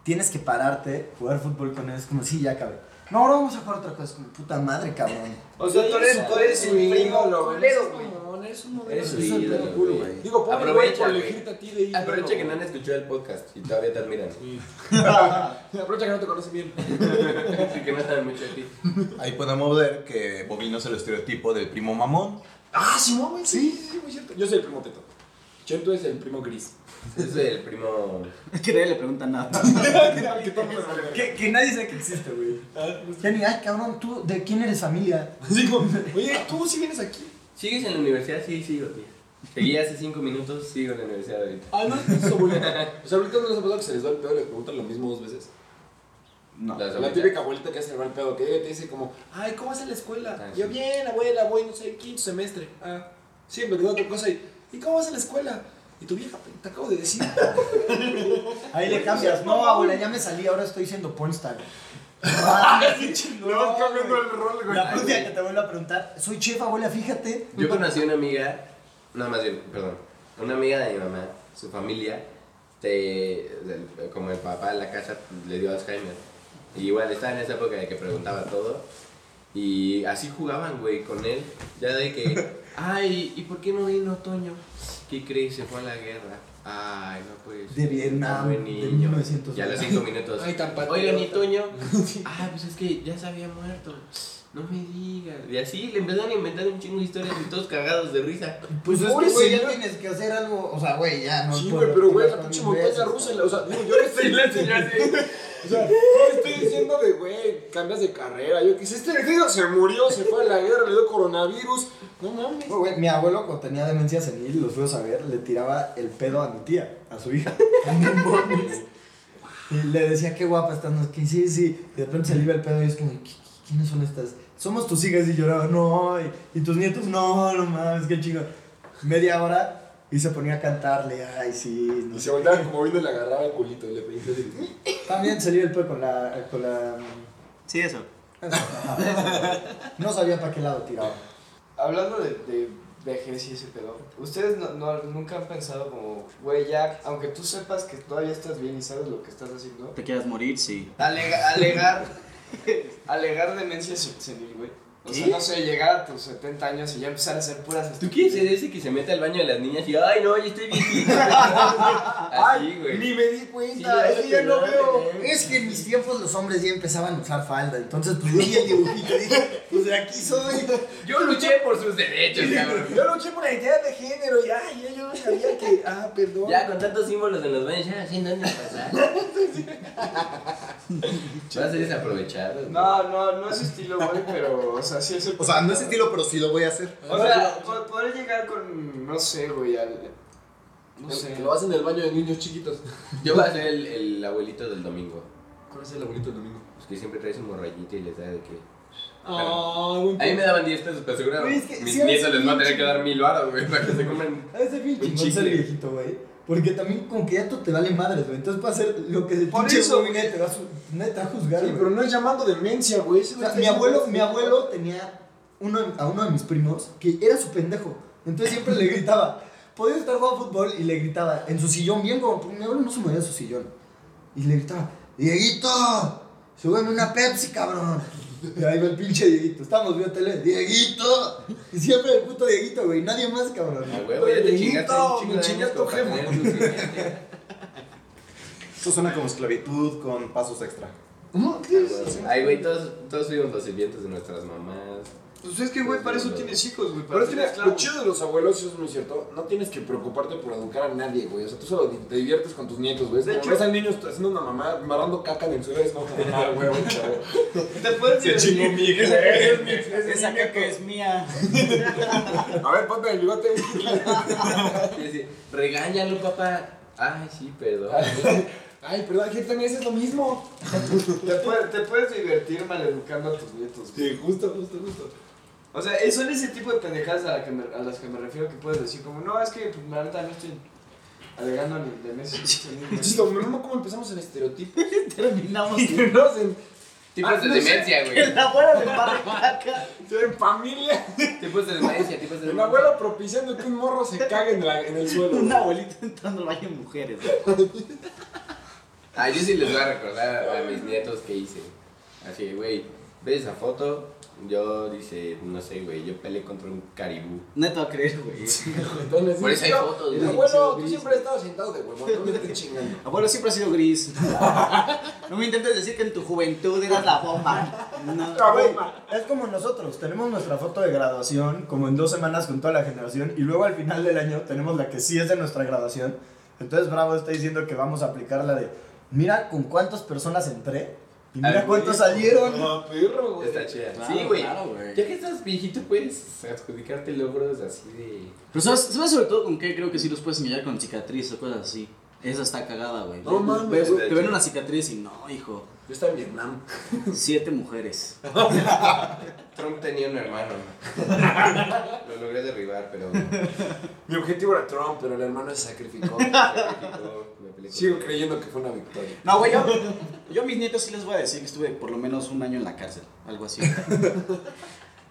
Speaker 6: Tienes que pararte, jugar fútbol con él. Es como, sí, ya acabé. No, ahora vamos a jugar otra cosa. Es como, puta madre, cabrón.
Speaker 2: O sea, tú eres, tú eres el primo culero, güey.
Speaker 1: Eres un modelo.
Speaker 5: Eres su
Speaker 1: Eres un
Speaker 5: ídolo,
Speaker 1: modelo culo,
Speaker 5: güey.
Speaker 1: güey. Digo, pobre güey,
Speaker 5: Aprovecha,
Speaker 1: por
Speaker 5: güey.
Speaker 1: elegirte a ti de ídolo.
Speaker 5: Aprovecha que no han escuchado el podcast y todavía te admiran.
Speaker 1: Aprovecha que no te conoce bien.
Speaker 5: Así que no saben mucho de ti.
Speaker 9: Ahí podemos ver que Bobino es el estereotipo del primo mamón.
Speaker 1: Ah, sí, no, güey. Sí, sí, sí, muy cierto. Yo soy el primo teto. Chento es el primo gris.
Speaker 5: Es el primo.
Speaker 4: Es que nadie le pregunta nada.
Speaker 1: Ah, Que todo el mundo me
Speaker 6: Que, que nadie sabe que existe, güey.
Speaker 1: Ah, pues,
Speaker 6: Jenny, ay, cabrón, tú, ¿de quién eres familia?
Speaker 1: Digo, oye, ¿tú sí vienes aquí?
Speaker 5: ¿Sigues en la universidad? Sí, sigo, tío. Seguí hace cinco minutos, sigo en la universidad ahorita.
Speaker 1: Ah, no, es abuelito. O sea, ahorita no les ha pasado que se les va el pedo y le preguntan lo mismo dos veces.
Speaker 9: No.
Speaker 5: Las
Speaker 1: La
Speaker 5: abuelitas.
Speaker 1: típica abuelita que hace el mal pedo, que llega y te dice como, ay, ¿cómo vas en la escuela?
Speaker 5: Ah,
Speaker 1: Yo
Speaker 5: sí.
Speaker 1: bien, abuela, voy, no sé, quinto semestre. Ah, sí, me quedo otra cosa y, ¿y cómo vas en la escuela? Y tu vieja, te acabo de decir.
Speaker 6: Ahí le cambias. No, abuela, ya me salí, ahora estoy siendo pornstar. Ah, qué chingón, güey.
Speaker 1: rol,
Speaker 6: La próxima que te vuelvo a preguntar, soy chef, abuela, fíjate.
Speaker 5: Yo conocí una amiga, no, más bien, perdón, una amiga de mi mamá, su familia, te- del- como el papá en la casa le dio Alzheimer. Y igual estaba en esa época de que preguntaba todo. Y así jugaban, güey, con él. Ya de que, ay, ¿y por qué no vino Toño? ¿Qué crees? Se fue a la guerra. Ay, no puede ser.
Speaker 6: De Vietnam,
Speaker 5: Tan buen
Speaker 6: de
Speaker 5: niño.
Speaker 6: 1900.
Speaker 5: Y a los cinco minutos.
Speaker 1: Ay, tan patriota.
Speaker 5: Oigan, ¿y Toño? Ah, pues es que ya se había muerto. No me digas. Y así le empezaron a inventar un chingo de historias y todos cagados de risa.
Speaker 6: Pues es
Speaker 1: Pobre
Speaker 6: que, güey, ya
Speaker 1: señor.
Speaker 6: tienes que hacer algo. O sea, güey, ya no.
Speaker 1: Sí,
Speaker 6: puedo-
Speaker 1: güey, pero güey, la
Speaker 6: no
Speaker 1: pinche
Speaker 6: puedo
Speaker 1: montaña
Speaker 6: ver.
Speaker 1: rusa, en la- o sea, digo, yo le estoy, o sea, yo le estoy diciendo de, güey, cambias de carrera, yo que sé, este viejo se murió, se fue a la guerra, le dio coronavirus, no mames.
Speaker 6: Güey, güey, mi abuelo, cuando tenía demencia senil, los fuimos a ver, le tiraba el pedo a mi tía, a su hija. No mames. y le decía, qué guapa estás. no, que sí, sí. Y de repente se le iba el pedo y es como, "¿Qui- qui- ¿quiénes son estas? Somos tus hijas. Y lloraba, no. Y, y tus nietos, no, no mames, qué chido. Media hora. Y se ponía a cantarle, ay, sí. No
Speaker 1: Y
Speaker 6: sé.
Speaker 1: se volteaba como viendo y le agarraba el culito y le pedía así.
Speaker 6: También se le iba el pedo con la, con la...
Speaker 4: Sí, eso.
Speaker 6: No sabía para qué lado tiraba.
Speaker 2: Hablando de, de vejez y ese pedo, ¿ustedes no, no- nunca han pensado como, güey, ya, aunque tú sepas que todavía estás bien y sabes lo que estás haciendo,
Speaker 4: ¿Te quieras morir? Sí.
Speaker 2: alega- alegar, alegar demencia sen- senil, güey? O sea,
Speaker 4: ¿Qué?
Speaker 2: no sé, llegar a tus 70 años y ya empezar a hacer puras
Speaker 5: ¿Tú quieres ser
Speaker 2: estupideces.
Speaker 5: ese que se mete al baño de las niñas y, ay, no, ya estoy viejito? así, güey.
Speaker 6: Ni me di cuenta,
Speaker 5: Sí,
Speaker 6: es que ya no
Speaker 5: ¿verdad?
Speaker 6: veo.
Speaker 8: Es que en mis tiempos los hombres ya empezaban a usar falda, entonces
Speaker 6: Entonces, pues vi el dibujito y dije, pues de aquí soy.
Speaker 5: Yo luché por sus derechos, cabrón.
Speaker 1: Yo luché por la identidad de género y ay, yo no sabía que. Ah, perdón.
Speaker 5: Ya con tantos símbolos en los baños, ya, sí, no me pasa. Va a ser desaprovechado.
Speaker 2: No, no, no es estilo, güey, pero, o sea, sí es el.
Speaker 9: O sea, no es estilo, pero sí lo voy a hacer.
Speaker 2: O sea, po- poder llegar con, no sé, güey, al. No sé.
Speaker 1: Que lo vas en el baño de niños chiquitos.
Speaker 5: Yo voy a ser el, el abuelito del domingo.
Speaker 1: ¿Cuál es el abuelito del domingo?
Speaker 5: Los Pues que siempre traes un morrayito y les da de que.
Speaker 1: Ah, buen
Speaker 5: A mí me daban 10 pesos, pero seguro
Speaker 6: pues Güey, es que
Speaker 5: mis
Speaker 6: si eres
Speaker 5: nietos les van a tener
Speaker 6: pinche-
Speaker 5: que dar mil varas, güey, para que se coman.
Speaker 6: A ese pinche
Speaker 5: Un
Speaker 6: chingón ser
Speaker 5: chicle.
Speaker 6: viejito, güey. Porque también como que ya tú te vale madres, güey. Entonces puede hacer lo que el
Speaker 2: Por
Speaker 6: pinche
Speaker 2: eso,
Speaker 6: güey, nadie te va a, su- nadie te va a juzgar,
Speaker 1: Sí,
Speaker 6: güey.
Speaker 1: pero no es llamando demencia, güey. ese
Speaker 6: O
Speaker 1: güey
Speaker 6: sea,
Speaker 1: está
Speaker 6: mi abuelo,
Speaker 1: llamando-
Speaker 6: mi abuelo tenía uno, de- a uno de mis primos que era su pendejo. Entonces siempre le gritaba. Podía estar jugando fútbol y le gritaba en su sillón, bien como pues, mi abuelo no se movía de su sillón. Y le gritaba, Dieguito, súbeme una Pepsi, cabrón. Y ahí va el pinche Dieguito. Estábamos viendo tele, Dieguito. Y siempre el puto Dieguito, güey. Nadie más, cabrón.
Speaker 5: A huevo, ya te chingaste un chingo de años como para tener suficiente.
Speaker 9: Eso suena como esclavitud con pasos extra.
Speaker 5: Ay, güey, todos, todos fuimos los sirvientes de nuestras mamás.
Speaker 2: Pues es que, güey, para eso tienes hijos, güey.
Speaker 1: Pero
Speaker 2: Para
Speaker 1: es que mira,
Speaker 2: claro.
Speaker 1: lo chido de los abuelos, eso es muy cierto, no tienes que preocuparte por educar a nadie, güey. O sea, tú solo di- te diviertes con tus nietos, güey.
Speaker 2: De
Speaker 1: De
Speaker 2: hecho-
Speaker 1: hecho, ves al niño haciendo una mamá, marrando caca en el suelo, es como, ah, güey, chavo.
Speaker 2: Te puedes divertir.
Speaker 9: mi hija.
Speaker 4: Esa caca es mía.
Speaker 1: A ver, ponte el bigote.
Speaker 5: Y así, Regáñalo, papá. Ay, sí, perdón.
Speaker 6: Ah,
Speaker 1: Ay, perdón, que también es lo mismo.
Speaker 2: Te puedes, te puedes divertir maleducando a tus nietos. güey.
Speaker 1: Sí, justo, justo, justo.
Speaker 2: O sea, eh, son ese tipo de pendejadas a, la que me- a las que me refiero que puedes decir como, no, es que pues, la neta no estoy alegando ni de Messi.
Speaker 1: Chito, mi mamá, ¿cómo empezamos en estereotipos?
Speaker 4: Terminamos.
Speaker 1: Y nos en,
Speaker 5: Tipos de demencia,
Speaker 4: En
Speaker 5: güey.
Speaker 4: la abuela de barra caca.
Speaker 1: en familia.
Speaker 5: Tipos de demencia, tipos de
Speaker 1: El
Speaker 5: demencia.
Speaker 1: abuelo propiciando que un morro se cague en, la- en el suelo.
Speaker 4: Un
Speaker 1: güey.
Speaker 4: abuelito entrando al baño de mujeres.
Speaker 5: Ah, yo sí les voy a recordar a mis nietos que hice. Así, güey, ¿ves esa foto? Yo dice, no sé, güey, yo peleé contra un caribú.
Speaker 4: No te va a creer, güey.
Speaker 1: Entonces,
Speaker 5: Por eso hay
Speaker 1: no,
Speaker 5: fotos,
Speaker 1: el
Speaker 5: güey.
Speaker 1: Abuelo, tú siempre has estado sentado de huevón, no me estés chingando.
Speaker 4: Abuelo siempre ha sido gris. No me intentes decir que en tu juventud eras la bomba. No.
Speaker 6: Ah, güey, es como nosotros, tenemos nuestra foto de graduación como en dos semanas con toda la generación y luego al final del año tenemos la que sí es de nuestra graduación. Entonces Bravo está diciendo que vamos a aplicar la de, mira con cuántas personas entré y mira
Speaker 5: Ay,
Speaker 6: cuántos
Speaker 5: güey.
Speaker 6: salieron.
Speaker 1: Ah, perro, güey.
Speaker 5: Está chida.
Speaker 4: Claro,
Speaker 5: sí, güey.
Speaker 4: claro, güey.
Speaker 5: ya que estás viejito, puedes adjudicarte logros así de.
Speaker 4: Pero ¿sabes, ¿sabes sobre todo con qué? Creo que sí los puedes engañar con cicatriz o cosas así. Esa está cagada, güey.
Speaker 1: No mames.
Speaker 4: Te ven una cicatriz y no, hijo.
Speaker 1: Yo estaba en Vietnam.
Speaker 4: Siete mujeres.
Speaker 5: Trump tenía un hermano. Lo logré derribar, pero.
Speaker 1: Mi objetivo era Trump, pero el hermano se sacrificó.
Speaker 5: me peleé
Speaker 1: Sigo
Speaker 5: con-
Speaker 1: creyendo que fue una victoria.
Speaker 4: No, güey, yo, yo a mis nietos sí les voy a decir que estuve por lo menos un año en la cárcel. Algo así.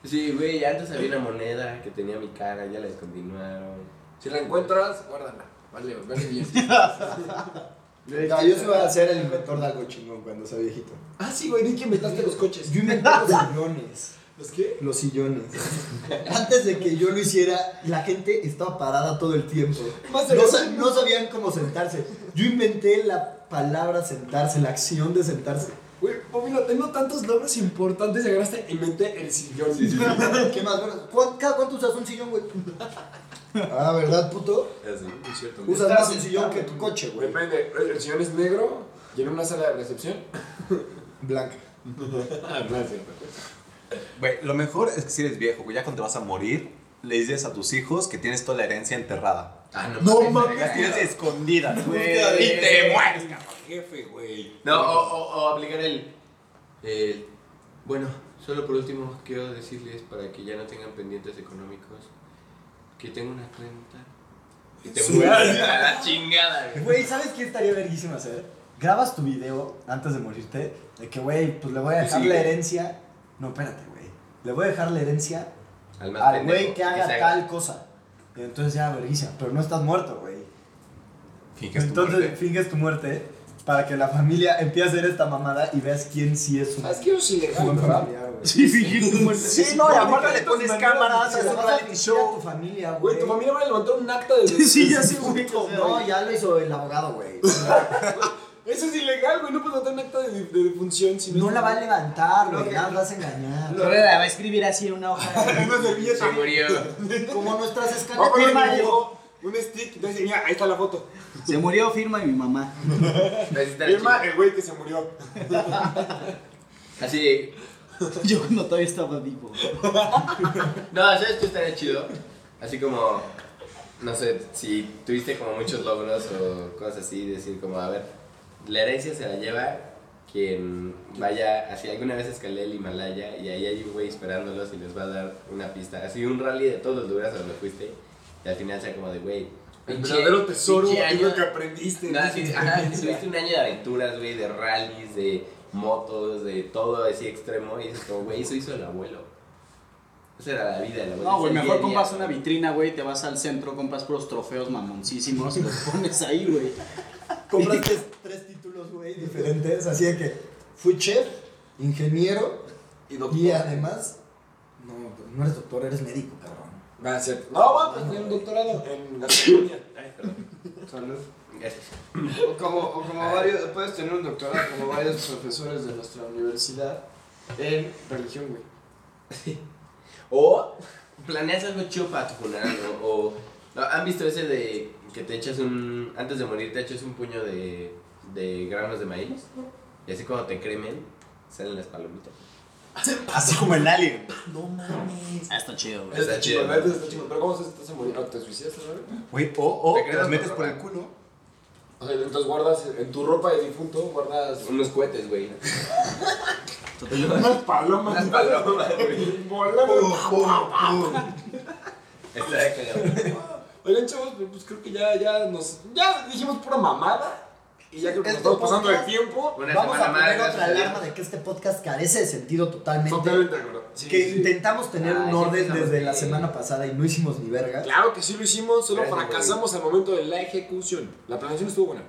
Speaker 5: Sí, güey, antes había una moneda que tenía mi cara, ya la descontinuaron.
Speaker 1: Si la encuentras, guárdala. Vale, vale bien.
Speaker 6: No, yo sí voy a ser el inventor de algo chingón cuando sea viejito.
Speaker 1: Ah, sí, güey, vi que inventaste los coches.
Speaker 6: Yo inventé los sillones.
Speaker 1: ¿Los qué?
Speaker 6: Los sillones. Antes de que yo lo hiciera, la gente estaba parada todo el tiempo.
Speaker 1: Más
Speaker 6: No,
Speaker 1: allá-
Speaker 6: sa- no sabían cómo sentarse. Yo inventé la palabra sentarse, la acción de sentarse.
Speaker 1: Güey, Pomilo, tengo tantos nombres importantes y agarraste inventé el sillón.
Speaker 6: ¿Qué más? Bueno, ¿cuán- ¿Cada cuánto usas un sillón, güey? Ah, ¿verdad, puto?
Speaker 5: Así, es cierto.
Speaker 6: Usas más un sillón que tu coche, güey.
Speaker 1: Depende, el sillón es negro y en una sala de recepción.
Speaker 6: Blanca.
Speaker 1: Ah, no es cierto.
Speaker 9: Güey, lo mejor es que si eres viejo, güey, ya cuando te vas a morir, le dices a tus hijos que tienes toda la herencia enterrada.
Speaker 5: Ah, no,
Speaker 9: No
Speaker 5: mames,
Speaker 9: mames,
Speaker 5: verga.
Speaker 9: las tienes escondidas, güey.
Speaker 4: Güey.
Speaker 9: Y te mueres, cabrón.
Speaker 1: Jefe, güey.
Speaker 5: No, o, o, o aplicar el, el- Bueno, solo por último quiero decirles para que ya no tengan pendientes económicos que tengo una cuenta y te
Speaker 6: Sí.
Speaker 5: mueres a la chingada, güey.
Speaker 6: Güey, ¿sabes qué estaría verguísimo hacer? Grabas tu video antes de morirte de que, güey, pues le voy a dejar
Speaker 5: Sí.
Speaker 6: la herencia. No, espérate, güey. Le voy a dejar la herencia
Speaker 5: Al más
Speaker 6: al
Speaker 5: pendejo
Speaker 6: güey que haga
Speaker 5: se
Speaker 6: tal cosa. Y entonces ya, vergüenza, pero no estás muerto, güey.
Speaker 9: Finges tu
Speaker 6: Entonces
Speaker 9: muerte.
Speaker 6: finges tu muerte para que la familia empiece a hacer esta mamada y veas quién sí es un
Speaker 1: Es que yo sí le
Speaker 6: buen
Speaker 1: ¿verdad?
Speaker 6: familiar, güey.
Speaker 4: Sí, fingí tu muerte.
Speaker 9: Sí, no, y aparte le
Speaker 6: Tus
Speaker 9: pones
Speaker 6: maneras
Speaker 9: cámaras,
Speaker 6: de-
Speaker 9: es
Speaker 6: se
Speaker 9: un
Speaker 6: la vas a
Speaker 9: reality
Speaker 6: fingir
Speaker 9: show.
Speaker 6: a tu familia,
Speaker 1: Güey,
Speaker 6: güey.
Speaker 1: tu familia va a levantar un acta de.
Speaker 4: Sí, ya sí, güey. o sea,
Speaker 6: No, ya lo hizo el abogado, güey.
Speaker 1: Eso es ilegal, güey. No puedes levantar un acta de, de defunción si no
Speaker 6: No
Speaker 1: es-
Speaker 6: la va a levantar,
Speaker 2: Lo
Speaker 6: güey.
Speaker 2: que-
Speaker 6: Nada, vas a engañar.
Speaker 4: Pero la va a escribir así en una hoja.
Speaker 1: Una servilleta.
Speaker 5: Se murió.
Speaker 6: Como nuestras
Speaker 1: Ojo,
Speaker 6: escaleras.
Speaker 1: no,
Speaker 4: Firma,
Speaker 1: no, no, Un stick. Entonces, mira, ahí está la foto.
Speaker 4: Se murió firma y mi mamá.
Speaker 5: Necesitan
Speaker 1: Firma el güey que se murió.
Speaker 5: chido. Así,
Speaker 4: Yo cuando todavía estaba vivo.
Speaker 5: no, ¿sabes qué estaría chido? Así como, no sé, si tuviste como muchos logros o cosas así, decir como, a ver, la herencia se la lleva quien vaya, así alguna vez escalé el Himalaya y ahí hay un güey esperándolos y les va a dar una pista, así un rally de todos los lugares a donde fuiste y al final sea como de, güey,
Speaker 1: El
Speaker 5: pinche-
Speaker 1: verdadero tesoro
Speaker 5: pinche
Speaker 1: es lo
Speaker 5: año-
Speaker 1: que aprendiste.
Speaker 5: Nada, sí, ajá, sí, tuviste un año de aventuras, güey, de rallies, de motos, de todo así extremo. Y dices, como, güey, eso hizo el abuelo. Esa era la vida del abuelo.
Speaker 4: No, güey, mejor
Speaker 5: ese Pues, día a día,
Speaker 4: compras una
Speaker 5: güey.
Speaker 4: vitrina, güey, te vas al centro, compras puros trofeos mamoncísimos y los pones ahí, güey.
Speaker 6: Compraste tres títulos, güey, diferentes. Así de que fui chef, ingeniero
Speaker 1: Y
Speaker 6: y además. No, pues, no eres doctor, eres médico, cabrón.
Speaker 1: Va a ser. No, va, pues tiene un doctorado en gastronomía. Ay, perdón.
Speaker 2: Salud.
Speaker 5: Gracias.
Speaker 2: O como, o como varios, puedes tener un doctorado como varios profesores de nuestra universidad en religión, güey.
Speaker 5: O planeas algo chido para tu funeral, ¿no? O, ¿no? ¿han visto ese de que te echas un. Antes de morir, te echas un puño de, de granos de maíz? Y así cuando te cremen, salen las palomitas.
Speaker 9: Así como el alien.
Speaker 4: Ah, está chido, güey.
Speaker 1: Está chido, la neta está chido. Pero ¿cómo se estás se murió? ¿Te suicidaste, no?
Speaker 9: Güey, o, o
Speaker 5: Te
Speaker 9: te
Speaker 5: quedas
Speaker 9: las metes
Speaker 5: con
Speaker 9: por
Speaker 5: la-
Speaker 9: el culo.
Speaker 1: O sea, entonces guardas en tu ropa de difunto, guardas
Speaker 5: Unos cohetes, güey.
Speaker 1: unas palomas.
Speaker 5: Las palomas, güey. Estaría cagado.
Speaker 1: Oigan, chavos, pues creo que ya, ya nos. Ya dijimos pura mamada. Y ya creo que nos estamos pasando el tiempo.
Speaker 5: Una
Speaker 6: Vamos a
Speaker 5: semana
Speaker 6: poner otra
Speaker 5: más, gracias a Dios.
Speaker 6: alarma de que este podcast carece de sentido totalmente.
Speaker 1: Totalmente de acuerdo. Sí,
Speaker 6: que
Speaker 1: sí, Ah, sí.
Speaker 6: intentamos tener
Speaker 5: Ay,
Speaker 6: un
Speaker 5: ya
Speaker 6: orden
Speaker 5: empezamos
Speaker 6: desde la
Speaker 5: bien.
Speaker 6: semana pasada y no hicimos ni verga.
Speaker 1: Claro que sí lo hicimos, solo
Speaker 5: Gracias,
Speaker 1: fracasamos al momento de la ejecución. La planeación estuvo buena.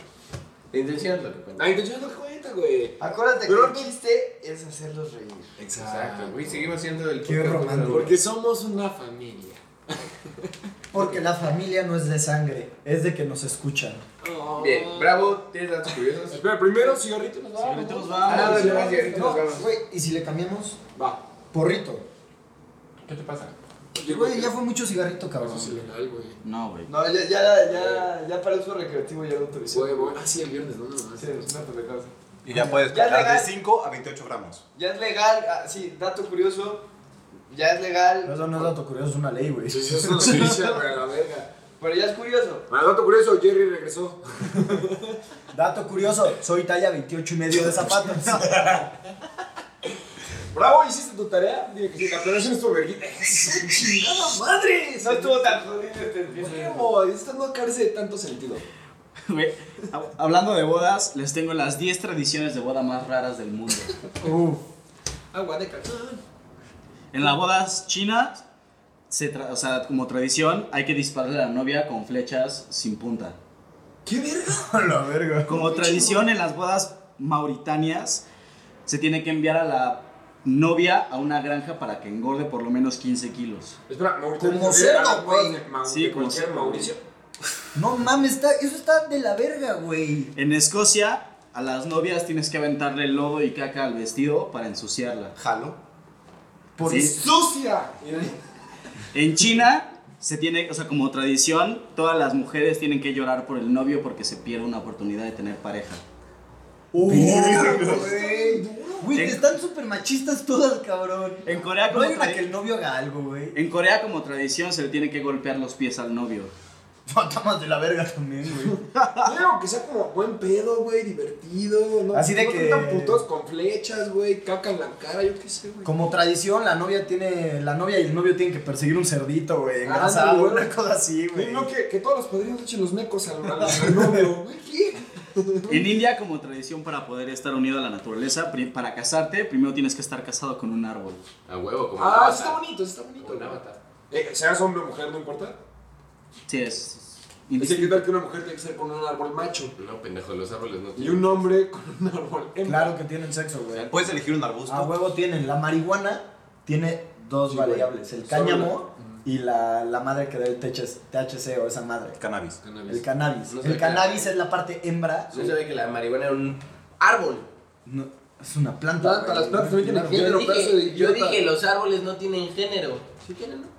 Speaker 5: La intención es lo que cuenta.
Speaker 1: La intención es lo que cuenta, güey.
Speaker 2: Acuérdate
Speaker 1: Pero
Speaker 2: que
Speaker 1: no-
Speaker 2: el chiste es hacerlos reír.
Speaker 5: Exacto, güey. Seguimos siendo el
Speaker 6: Qué romántico.
Speaker 1: Porque somos una familia.
Speaker 6: Porque la familia no es de sangre, es de que nos escuchan.
Speaker 5: Bien, bravo, tienes datos curiosos.
Speaker 1: Espera, primero cigarrito nos va.
Speaker 4: Cigarrito nos
Speaker 5: Ah,
Speaker 4: va.
Speaker 5: no, no, no, cigarrito,
Speaker 6: No,
Speaker 5: nos vamos.
Speaker 6: güey, y si le cambiamos
Speaker 1: Va.
Speaker 6: porrito.
Speaker 5: ¿Qué te pasa?
Speaker 6: Güey, ya fue mucho cigarrito, cabrón.
Speaker 1: Eso es ilegal, güey.
Speaker 4: No, güey.
Speaker 2: No, ya, ya, ya, ya para uso recreativo ya lo utilicé.
Speaker 1: Güey, güey. Ah, sí, el viernes, no, no, no.
Speaker 2: Sí, es una pendejada.
Speaker 9: Y ya puedes
Speaker 2: Ya
Speaker 9: cargar de
Speaker 2: legal.
Speaker 9: 5 a 28 gramos.
Speaker 2: Ya es legal, ah, sí, dato curioso, ya es legal,
Speaker 6: Pero Eso no es dato curioso, es una ley, güey.
Speaker 1: Sí, sí, es una noticia, güey, a la verga.
Speaker 2: pero ya es curioso.
Speaker 1: Bueno, dato curioso, Jerry regresó.
Speaker 6: Dato curioso, soy talla 28 y medio de zapatos.
Speaker 1: Bravo, hiciste tu tarea. Dime que sí, la planeación estuvo verguita. ¡Chingada madre!
Speaker 2: No estuvo tan jodido este video.
Speaker 1: Huevo, Esto no carece de tanto sentido.
Speaker 4: Güey, hab- Hablando de bodas, les tengo las 10 tradiciones de boda más raras del mundo.
Speaker 6: Uf.
Speaker 1: Agua de calzón.
Speaker 4: En las bodas chinas, se tra- o sea, como tradición, hay que dispararle a la novia con flechas sin punta.
Speaker 1: ¿Qué verga?
Speaker 6: la verga.
Speaker 4: Como tradición en las bodas mauritanias, se tiene que enviar a la novia a una granja para que engorde por lo menos 15 kilos.
Speaker 1: Espera, Mauricio.
Speaker 6: Como cerdo, güey.
Speaker 4: Sí,
Speaker 1: Sí,
Speaker 4: como
Speaker 1: como
Speaker 4: cerdo,
Speaker 1: Mauricio.
Speaker 6: No mames, está, eso está de la verga, güey.
Speaker 4: En Escocia, a las novias tienes que aventarle lodo y caca al vestido para ensuciarla.
Speaker 9: Jalo.
Speaker 6: Por
Speaker 4: Sí.
Speaker 6: eso.
Speaker 1: ¡Sucia!
Speaker 4: En China, se tiene, o sea, como tradición, todas las mujeres tienen que llorar por el novio porque se pierde una oportunidad de tener pareja.
Speaker 6: güey.
Speaker 1: Eh.
Speaker 6: Güey,
Speaker 4: En-
Speaker 6: están súper machistas todas, cabrón.
Speaker 4: En Corea,
Speaker 6: No
Speaker 4: como
Speaker 6: hay una
Speaker 4: tradi-
Speaker 6: que el novio haga algo, güey.
Speaker 4: en Corea, como tradición, se le tiene que golpear los pies al novio.
Speaker 6: Fantasmas de la verga también, güey.
Speaker 1: Claro, que sea como buen pedo, güey, divertido. ¿no?
Speaker 6: Así de
Speaker 1: no
Speaker 6: que-
Speaker 1: tan putos con flechas, güey, caca en la cara, yo qué sé, güey.
Speaker 6: Como tradición, la novia tiene. La novia y el novio tienen que perseguir un cerdito, güey. Engrasado,
Speaker 1: Ah, Ándale, güey.
Speaker 6: una cosa así,
Speaker 1: Güey,
Speaker 6: güey.
Speaker 1: no, que, que todos los padrinos echen los mecos al, al- al novio, güey. ¿Qué?
Speaker 4: En India, como tradición para poder estar unido a la naturaleza, pri- para casarte, primero tienes que estar casado con un árbol.
Speaker 5: A huevo, como
Speaker 1: Ah,
Speaker 5: un
Speaker 1: eso está
Speaker 5: avatar.
Speaker 1: bonito, eso está bonito.
Speaker 5: Un avatar.
Speaker 1: Eh, seas hombre o mujer, no importa.
Speaker 4: Sí, es.
Speaker 1: Dice que tal que una mujer tiene que ser con un árbol macho
Speaker 5: No, pendejo, los árboles no
Speaker 1: y
Speaker 5: tienen.
Speaker 1: un hombre con un árbol hembra.
Speaker 6: Claro que tienen sexo, güey.
Speaker 9: Puedes elegir un arbusto.
Speaker 6: A huevo tienen. La marihuana tiene dos
Speaker 1: Sí, güey.
Speaker 6: variables: el
Speaker 1: Solo
Speaker 6: cáñamo y la, la madre que da el THC, THC o esa madre.
Speaker 9: Cannabis.
Speaker 6: El cannabis.
Speaker 5: No sé
Speaker 6: el
Speaker 5: qué.
Speaker 6: cannabis es la parte hembra.
Speaker 5: No sabía que la marihuana era un árbol.
Speaker 6: No, es una planta.
Speaker 1: Planta,
Speaker 6: güey.
Speaker 1: las plantas también tienen
Speaker 5: Yo
Speaker 1: género, pedazo de
Speaker 5: dije, yo
Speaker 1: idiota.
Speaker 5: dije, los árboles no tienen género. ¿Sí tienen, no?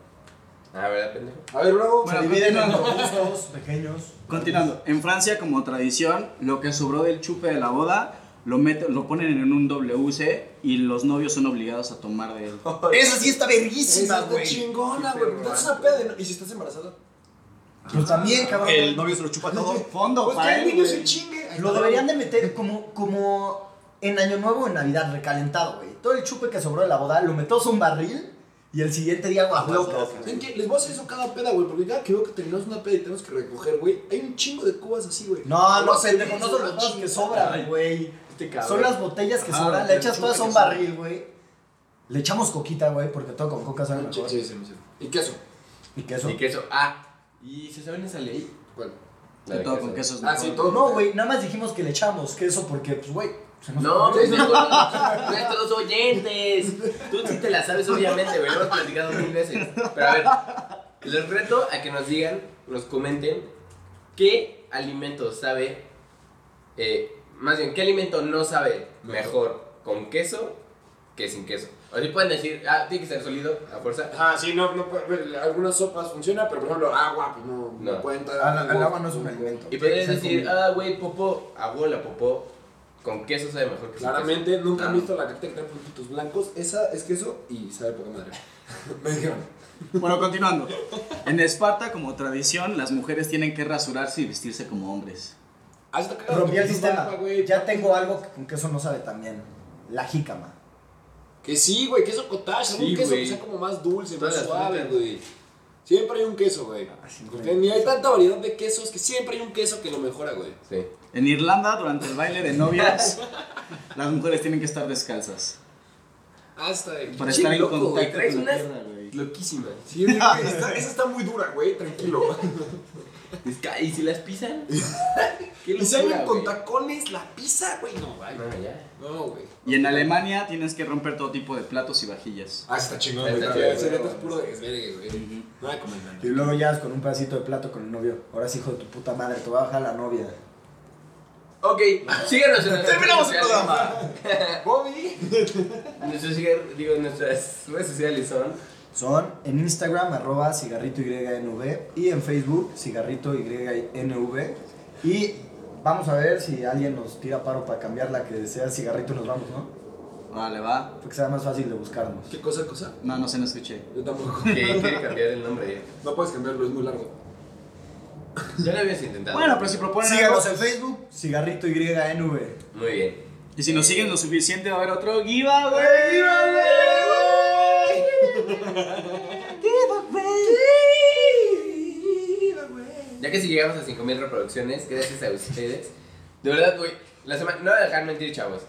Speaker 5: Ah, ¿verdad, pendejo?
Speaker 1: A ver, bravo.
Speaker 4: Bueno,
Speaker 10: se dividen en
Speaker 4: continuando.
Speaker 10: gustos pequeños.
Speaker 4: Continuando, en Francia como tradición, lo que sobró del chupe de la boda lo, mete- lo ponen en un WC y los novios son obligados a tomar de él.
Speaker 6: Esa sí está verguísima,
Speaker 1: Esa está
Speaker 6: güey.
Speaker 1: chingona,
Speaker 5: Qué
Speaker 1: güey.
Speaker 5: perro,
Speaker 1: Pero es una peda de no- ¿Y si estás embarazada?
Speaker 10: Pues también, cabrón.
Speaker 9: El novio se lo chupa todo.
Speaker 4: Fondo
Speaker 1: Pues que
Speaker 4: para
Speaker 1: el
Speaker 4: él,
Speaker 1: niño
Speaker 4: güey.
Speaker 1: se chingue.
Speaker 6: Lo deberían de meter como, como en Año Nuevo o en Navidad, recalentado, güey. Todo el chupe que sobró de la boda lo metos a un barril y el siguiente
Speaker 1: Ah,
Speaker 6: día aguas
Speaker 1: pues,
Speaker 6: locas.
Speaker 1: ¿Saben qué? Les voy a hacer eso cada peda, güey. Porque cada que veo que terminamos una peda y tenemos que recoger, güey, hay un chingo de cubas así, güey.
Speaker 6: No, no,
Speaker 1: Aguas
Speaker 6: pendejo, no son
Speaker 1: frías,
Speaker 6: los vasos que
Speaker 1: chingadas.
Speaker 6: sobran, güey.
Speaker 2: Este cabrón.
Speaker 6: Son las botellas que
Speaker 1: Ajá,
Speaker 6: sobran, le
Speaker 1: del
Speaker 6: echas
Speaker 1: chupe
Speaker 6: todas a
Speaker 1: que
Speaker 6: un
Speaker 1: sobra.
Speaker 6: barril, güey. Le echamos coquita, güey, porque todo con coca sabe mejor.
Speaker 1: Sí, sí, sí, sí. ¿Y queso?
Speaker 6: Y queso.
Speaker 5: Y queso. Ah, ¿y se saben esa ley?
Speaker 1: ¿Cuál?
Speaker 5: La de
Speaker 4: Todo con
Speaker 5: queso.
Speaker 4: quesos.
Speaker 1: Ah, sí, todo.
Speaker 6: No, güey, nada más dijimos que le echamos queso porque, pues, güey, se nos
Speaker 5: No, pendejo, nuestros oyentes. Tú sí te la sabes, obviamente, güey. Lo hemos platicado mil veces. Pero a ver, les reto a que nos digan, nos comenten, qué alimento sabe, eh, más bien, qué alimento no sabe mejor con queso que sin queso. O si pueden decir, ah, tiene que ser sólido, a fuerza.
Speaker 1: Ah, sí, no, no puede- bueno, algunas sopas funcionan, pero por ejemplo, agua, pues no, no,
Speaker 5: No.
Speaker 1: cuenta.
Speaker 10: Ah, no, el agua no es un alimento.
Speaker 5: Y pueden
Speaker 10: Tiene que ser
Speaker 5: decir, ah, güey, popó, abuela, popó, con queso sabe mejor que sin
Speaker 1: Claramente,
Speaker 5: queso.
Speaker 1: nunca
Speaker 5: Ah.
Speaker 1: han visto la carta que trae puntitos blancos. Esa es queso y sabe poca madre. Me dijeron.
Speaker 4: Bueno, continuando. En Esparta, como tradición, las mujeres tienen que rasurarse y vestirse como hombres.
Speaker 1: Ah, está cagado,
Speaker 6: rompí el
Speaker 1: porque es
Speaker 6: sistema.
Speaker 1: barba, güey.
Speaker 6: Ya tengo algo que con queso no sabe tan bien. La jícama.
Speaker 1: Que sí, güey, queso cottage, algún
Speaker 5: Sí,
Speaker 1: queso
Speaker 5: güey.
Speaker 1: que sea como más dulce,
Speaker 5: Todas
Speaker 1: más
Speaker 5: las
Speaker 1: suave,
Speaker 5: frutas.
Speaker 1: güey. Siempre hay un queso, güey.
Speaker 6: siempre
Speaker 1: Porque
Speaker 6: hay un
Speaker 1: ni hay tanta variedad de quesos que siempre hay un queso que lo mejora, güey.
Speaker 5: Sí.
Speaker 4: En Irlanda, durante el baile de novias, las mujeres tienen que estar descalzas.
Speaker 1: Hasta de
Speaker 4: Para estar en
Speaker 1: loco, güey.
Speaker 4: contacto
Speaker 5: traes
Speaker 4: con la
Speaker 5: unas-
Speaker 4: tierra, güey.
Speaker 5: Loquísima.
Speaker 1: Sí, güey, esta- esa está muy dura, güey, tranquilo.
Speaker 5: Es ca- ¿Y si las pisan? ¿Qué
Speaker 1: Y salen
Speaker 5: locura,
Speaker 1: con
Speaker 5: güey.
Speaker 1: tacones la pizza, güey. No, güey.
Speaker 5: No, ya.
Speaker 1: No, güey.
Speaker 4: Y en Alemania tienes que romper todo tipo de platos y vajillas.
Speaker 1: Ah, está chingón,
Speaker 5: Está
Speaker 1: güey.
Speaker 5: chido,
Speaker 1: Ese
Speaker 5: güey.
Speaker 1: neta es puro desvergue, güey. No hay como
Speaker 6: Y
Speaker 1: nada.
Speaker 6: luego ya con un pedacito de plato con el novio. Ahora sí, hijo de tu puta madre, te va a bajar la novia.
Speaker 5: Ok, síganos en nuestras
Speaker 9: Terminamos el
Speaker 5: redes
Speaker 9: programa.
Speaker 1: Bobby.
Speaker 5: Nuestros sigue- digo, nuestras redes sociales son.
Speaker 6: Son en Instagram, arroba cigarrito YNV. Y en Facebook, cigarrito YNV. Y vamos a ver si alguien nos tira paro para cambiarla que sea cigarrito nos vamos, ¿no?
Speaker 4: Vale, va.
Speaker 6: Porque sea más fácil de buscarnos.
Speaker 1: ¿Qué cosa, cosa?
Speaker 4: No, no se no escuché.
Speaker 1: Yo tampoco.
Speaker 5: Que quiere cambiar el nombre.
Speaker 1: No puedes cambiarlo, es muy largo.
Speaker 5: Ya lo habías intentado.
Speaker 4: Bueno, pero si proponen algo...
Speaker 6: Síganos
Speaker 2: pues,
Speaker 6: en Facebook, cigarrito YNV.
Speaker 5: Muy bien.
Speaker 4: Y si nos siguen lo suficiente va a haber otro giveaway. ¡Giveaway!
Speaker 5: Ya que si llegamos a 5000 reproducciones, gracias a ustedes. De verdad, güey. La semana. No voy a dejar mentir, chavos.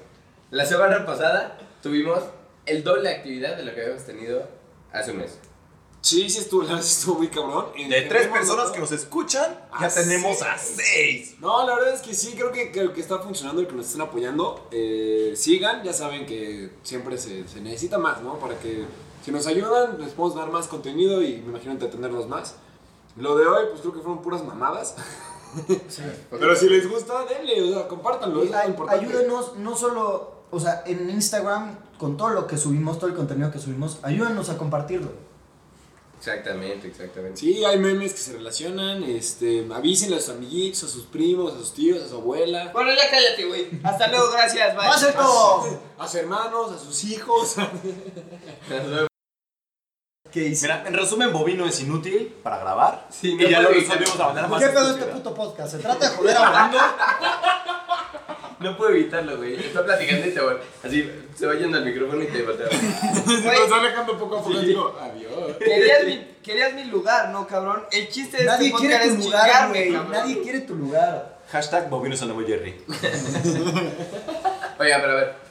Speaker 5: La semana pasada tuvimos el doble de actividad de lo que habíamos tenido hace un mes.
Speaker 1: Sí, sí estuvo, la verdad sí estuvo muy cabrón.
Speaker 9: De tres personas que nos escuchan,
Speaker 1: A
Speaker 9: ya tenemos a seis.
Speaker 1: No, la verdad es que sí, creo que, creo que está funcionando el que nos estén apoyando. Eh, sigan, ya saben que siempre se, se necesita más, ¿no? Para que si nos ayudan, les podemos dar más contenido y me imagino entretenernos más. Lo de hoy, pues creo que fueron puras mamadas. Pero si les gusta, denle, o sea, compártanlo, es lo
Speaker 6: Ay-
Speaker 1: importante.
Speaker 6: Ayúdenos, no solo, o sea, en Instagram, con todo lo que subimos, todo el contenido que subimos, ayúdenos a compartirlo.
Speaker 5: Exactamente, exactamente.
Speaker 1: Sí, hay memes que se relacionan, este, avísenle a sus amiguitos, a sus primos, a sus tíos, a su abuela,
Speaker 2: Bueno, ya cállate, güey. Hasta luego, gracias, bye.
Speaker 6: ¡Más esto!
Speaker 1: a sus hermanos, a sus hijos.
Speaker 6: ¿Qué hice?
Speaker 9: Mira, en resumen, Bovino es inútil para grabar.
Speaker 5: Sí, no
Speaker 9: y ya lo
Speaker 5: puede evitar.
Speaker 9: resolvimos de la manera más
Speaker 6: ¿Qué pedo este
Speaker 9: estúpida.
Speaker 6: puto podcast? ¿Se trata de joder a Orlando?
Speaker 5: No puedo evitarlo, güey. Está platicando y te va. Así se va yendo al micrófono y te voltea.
Speaker 1: Nos está alejando poco a poco, digo, adiós.
Speaker 2: Querías mi, querías mi lugar, ¿no, cabrón? El chiste de
Speaker 6: Nadie
Speaker 2: este
Speaker 6: quiere
Speaker 2: podcast
Speaker 6: tu
Speaker 2: es
Speaker 6: lugar,
Speaker 2: chingarme,
Speaker 6: güey.
Speaker 2: cabrón.
Speaker 6: Nadie quiere tu lugar.
Speaker 9: Hashtag Bovino es el nuevo Jerry.
Speaker 5: Oiga, pero a ver.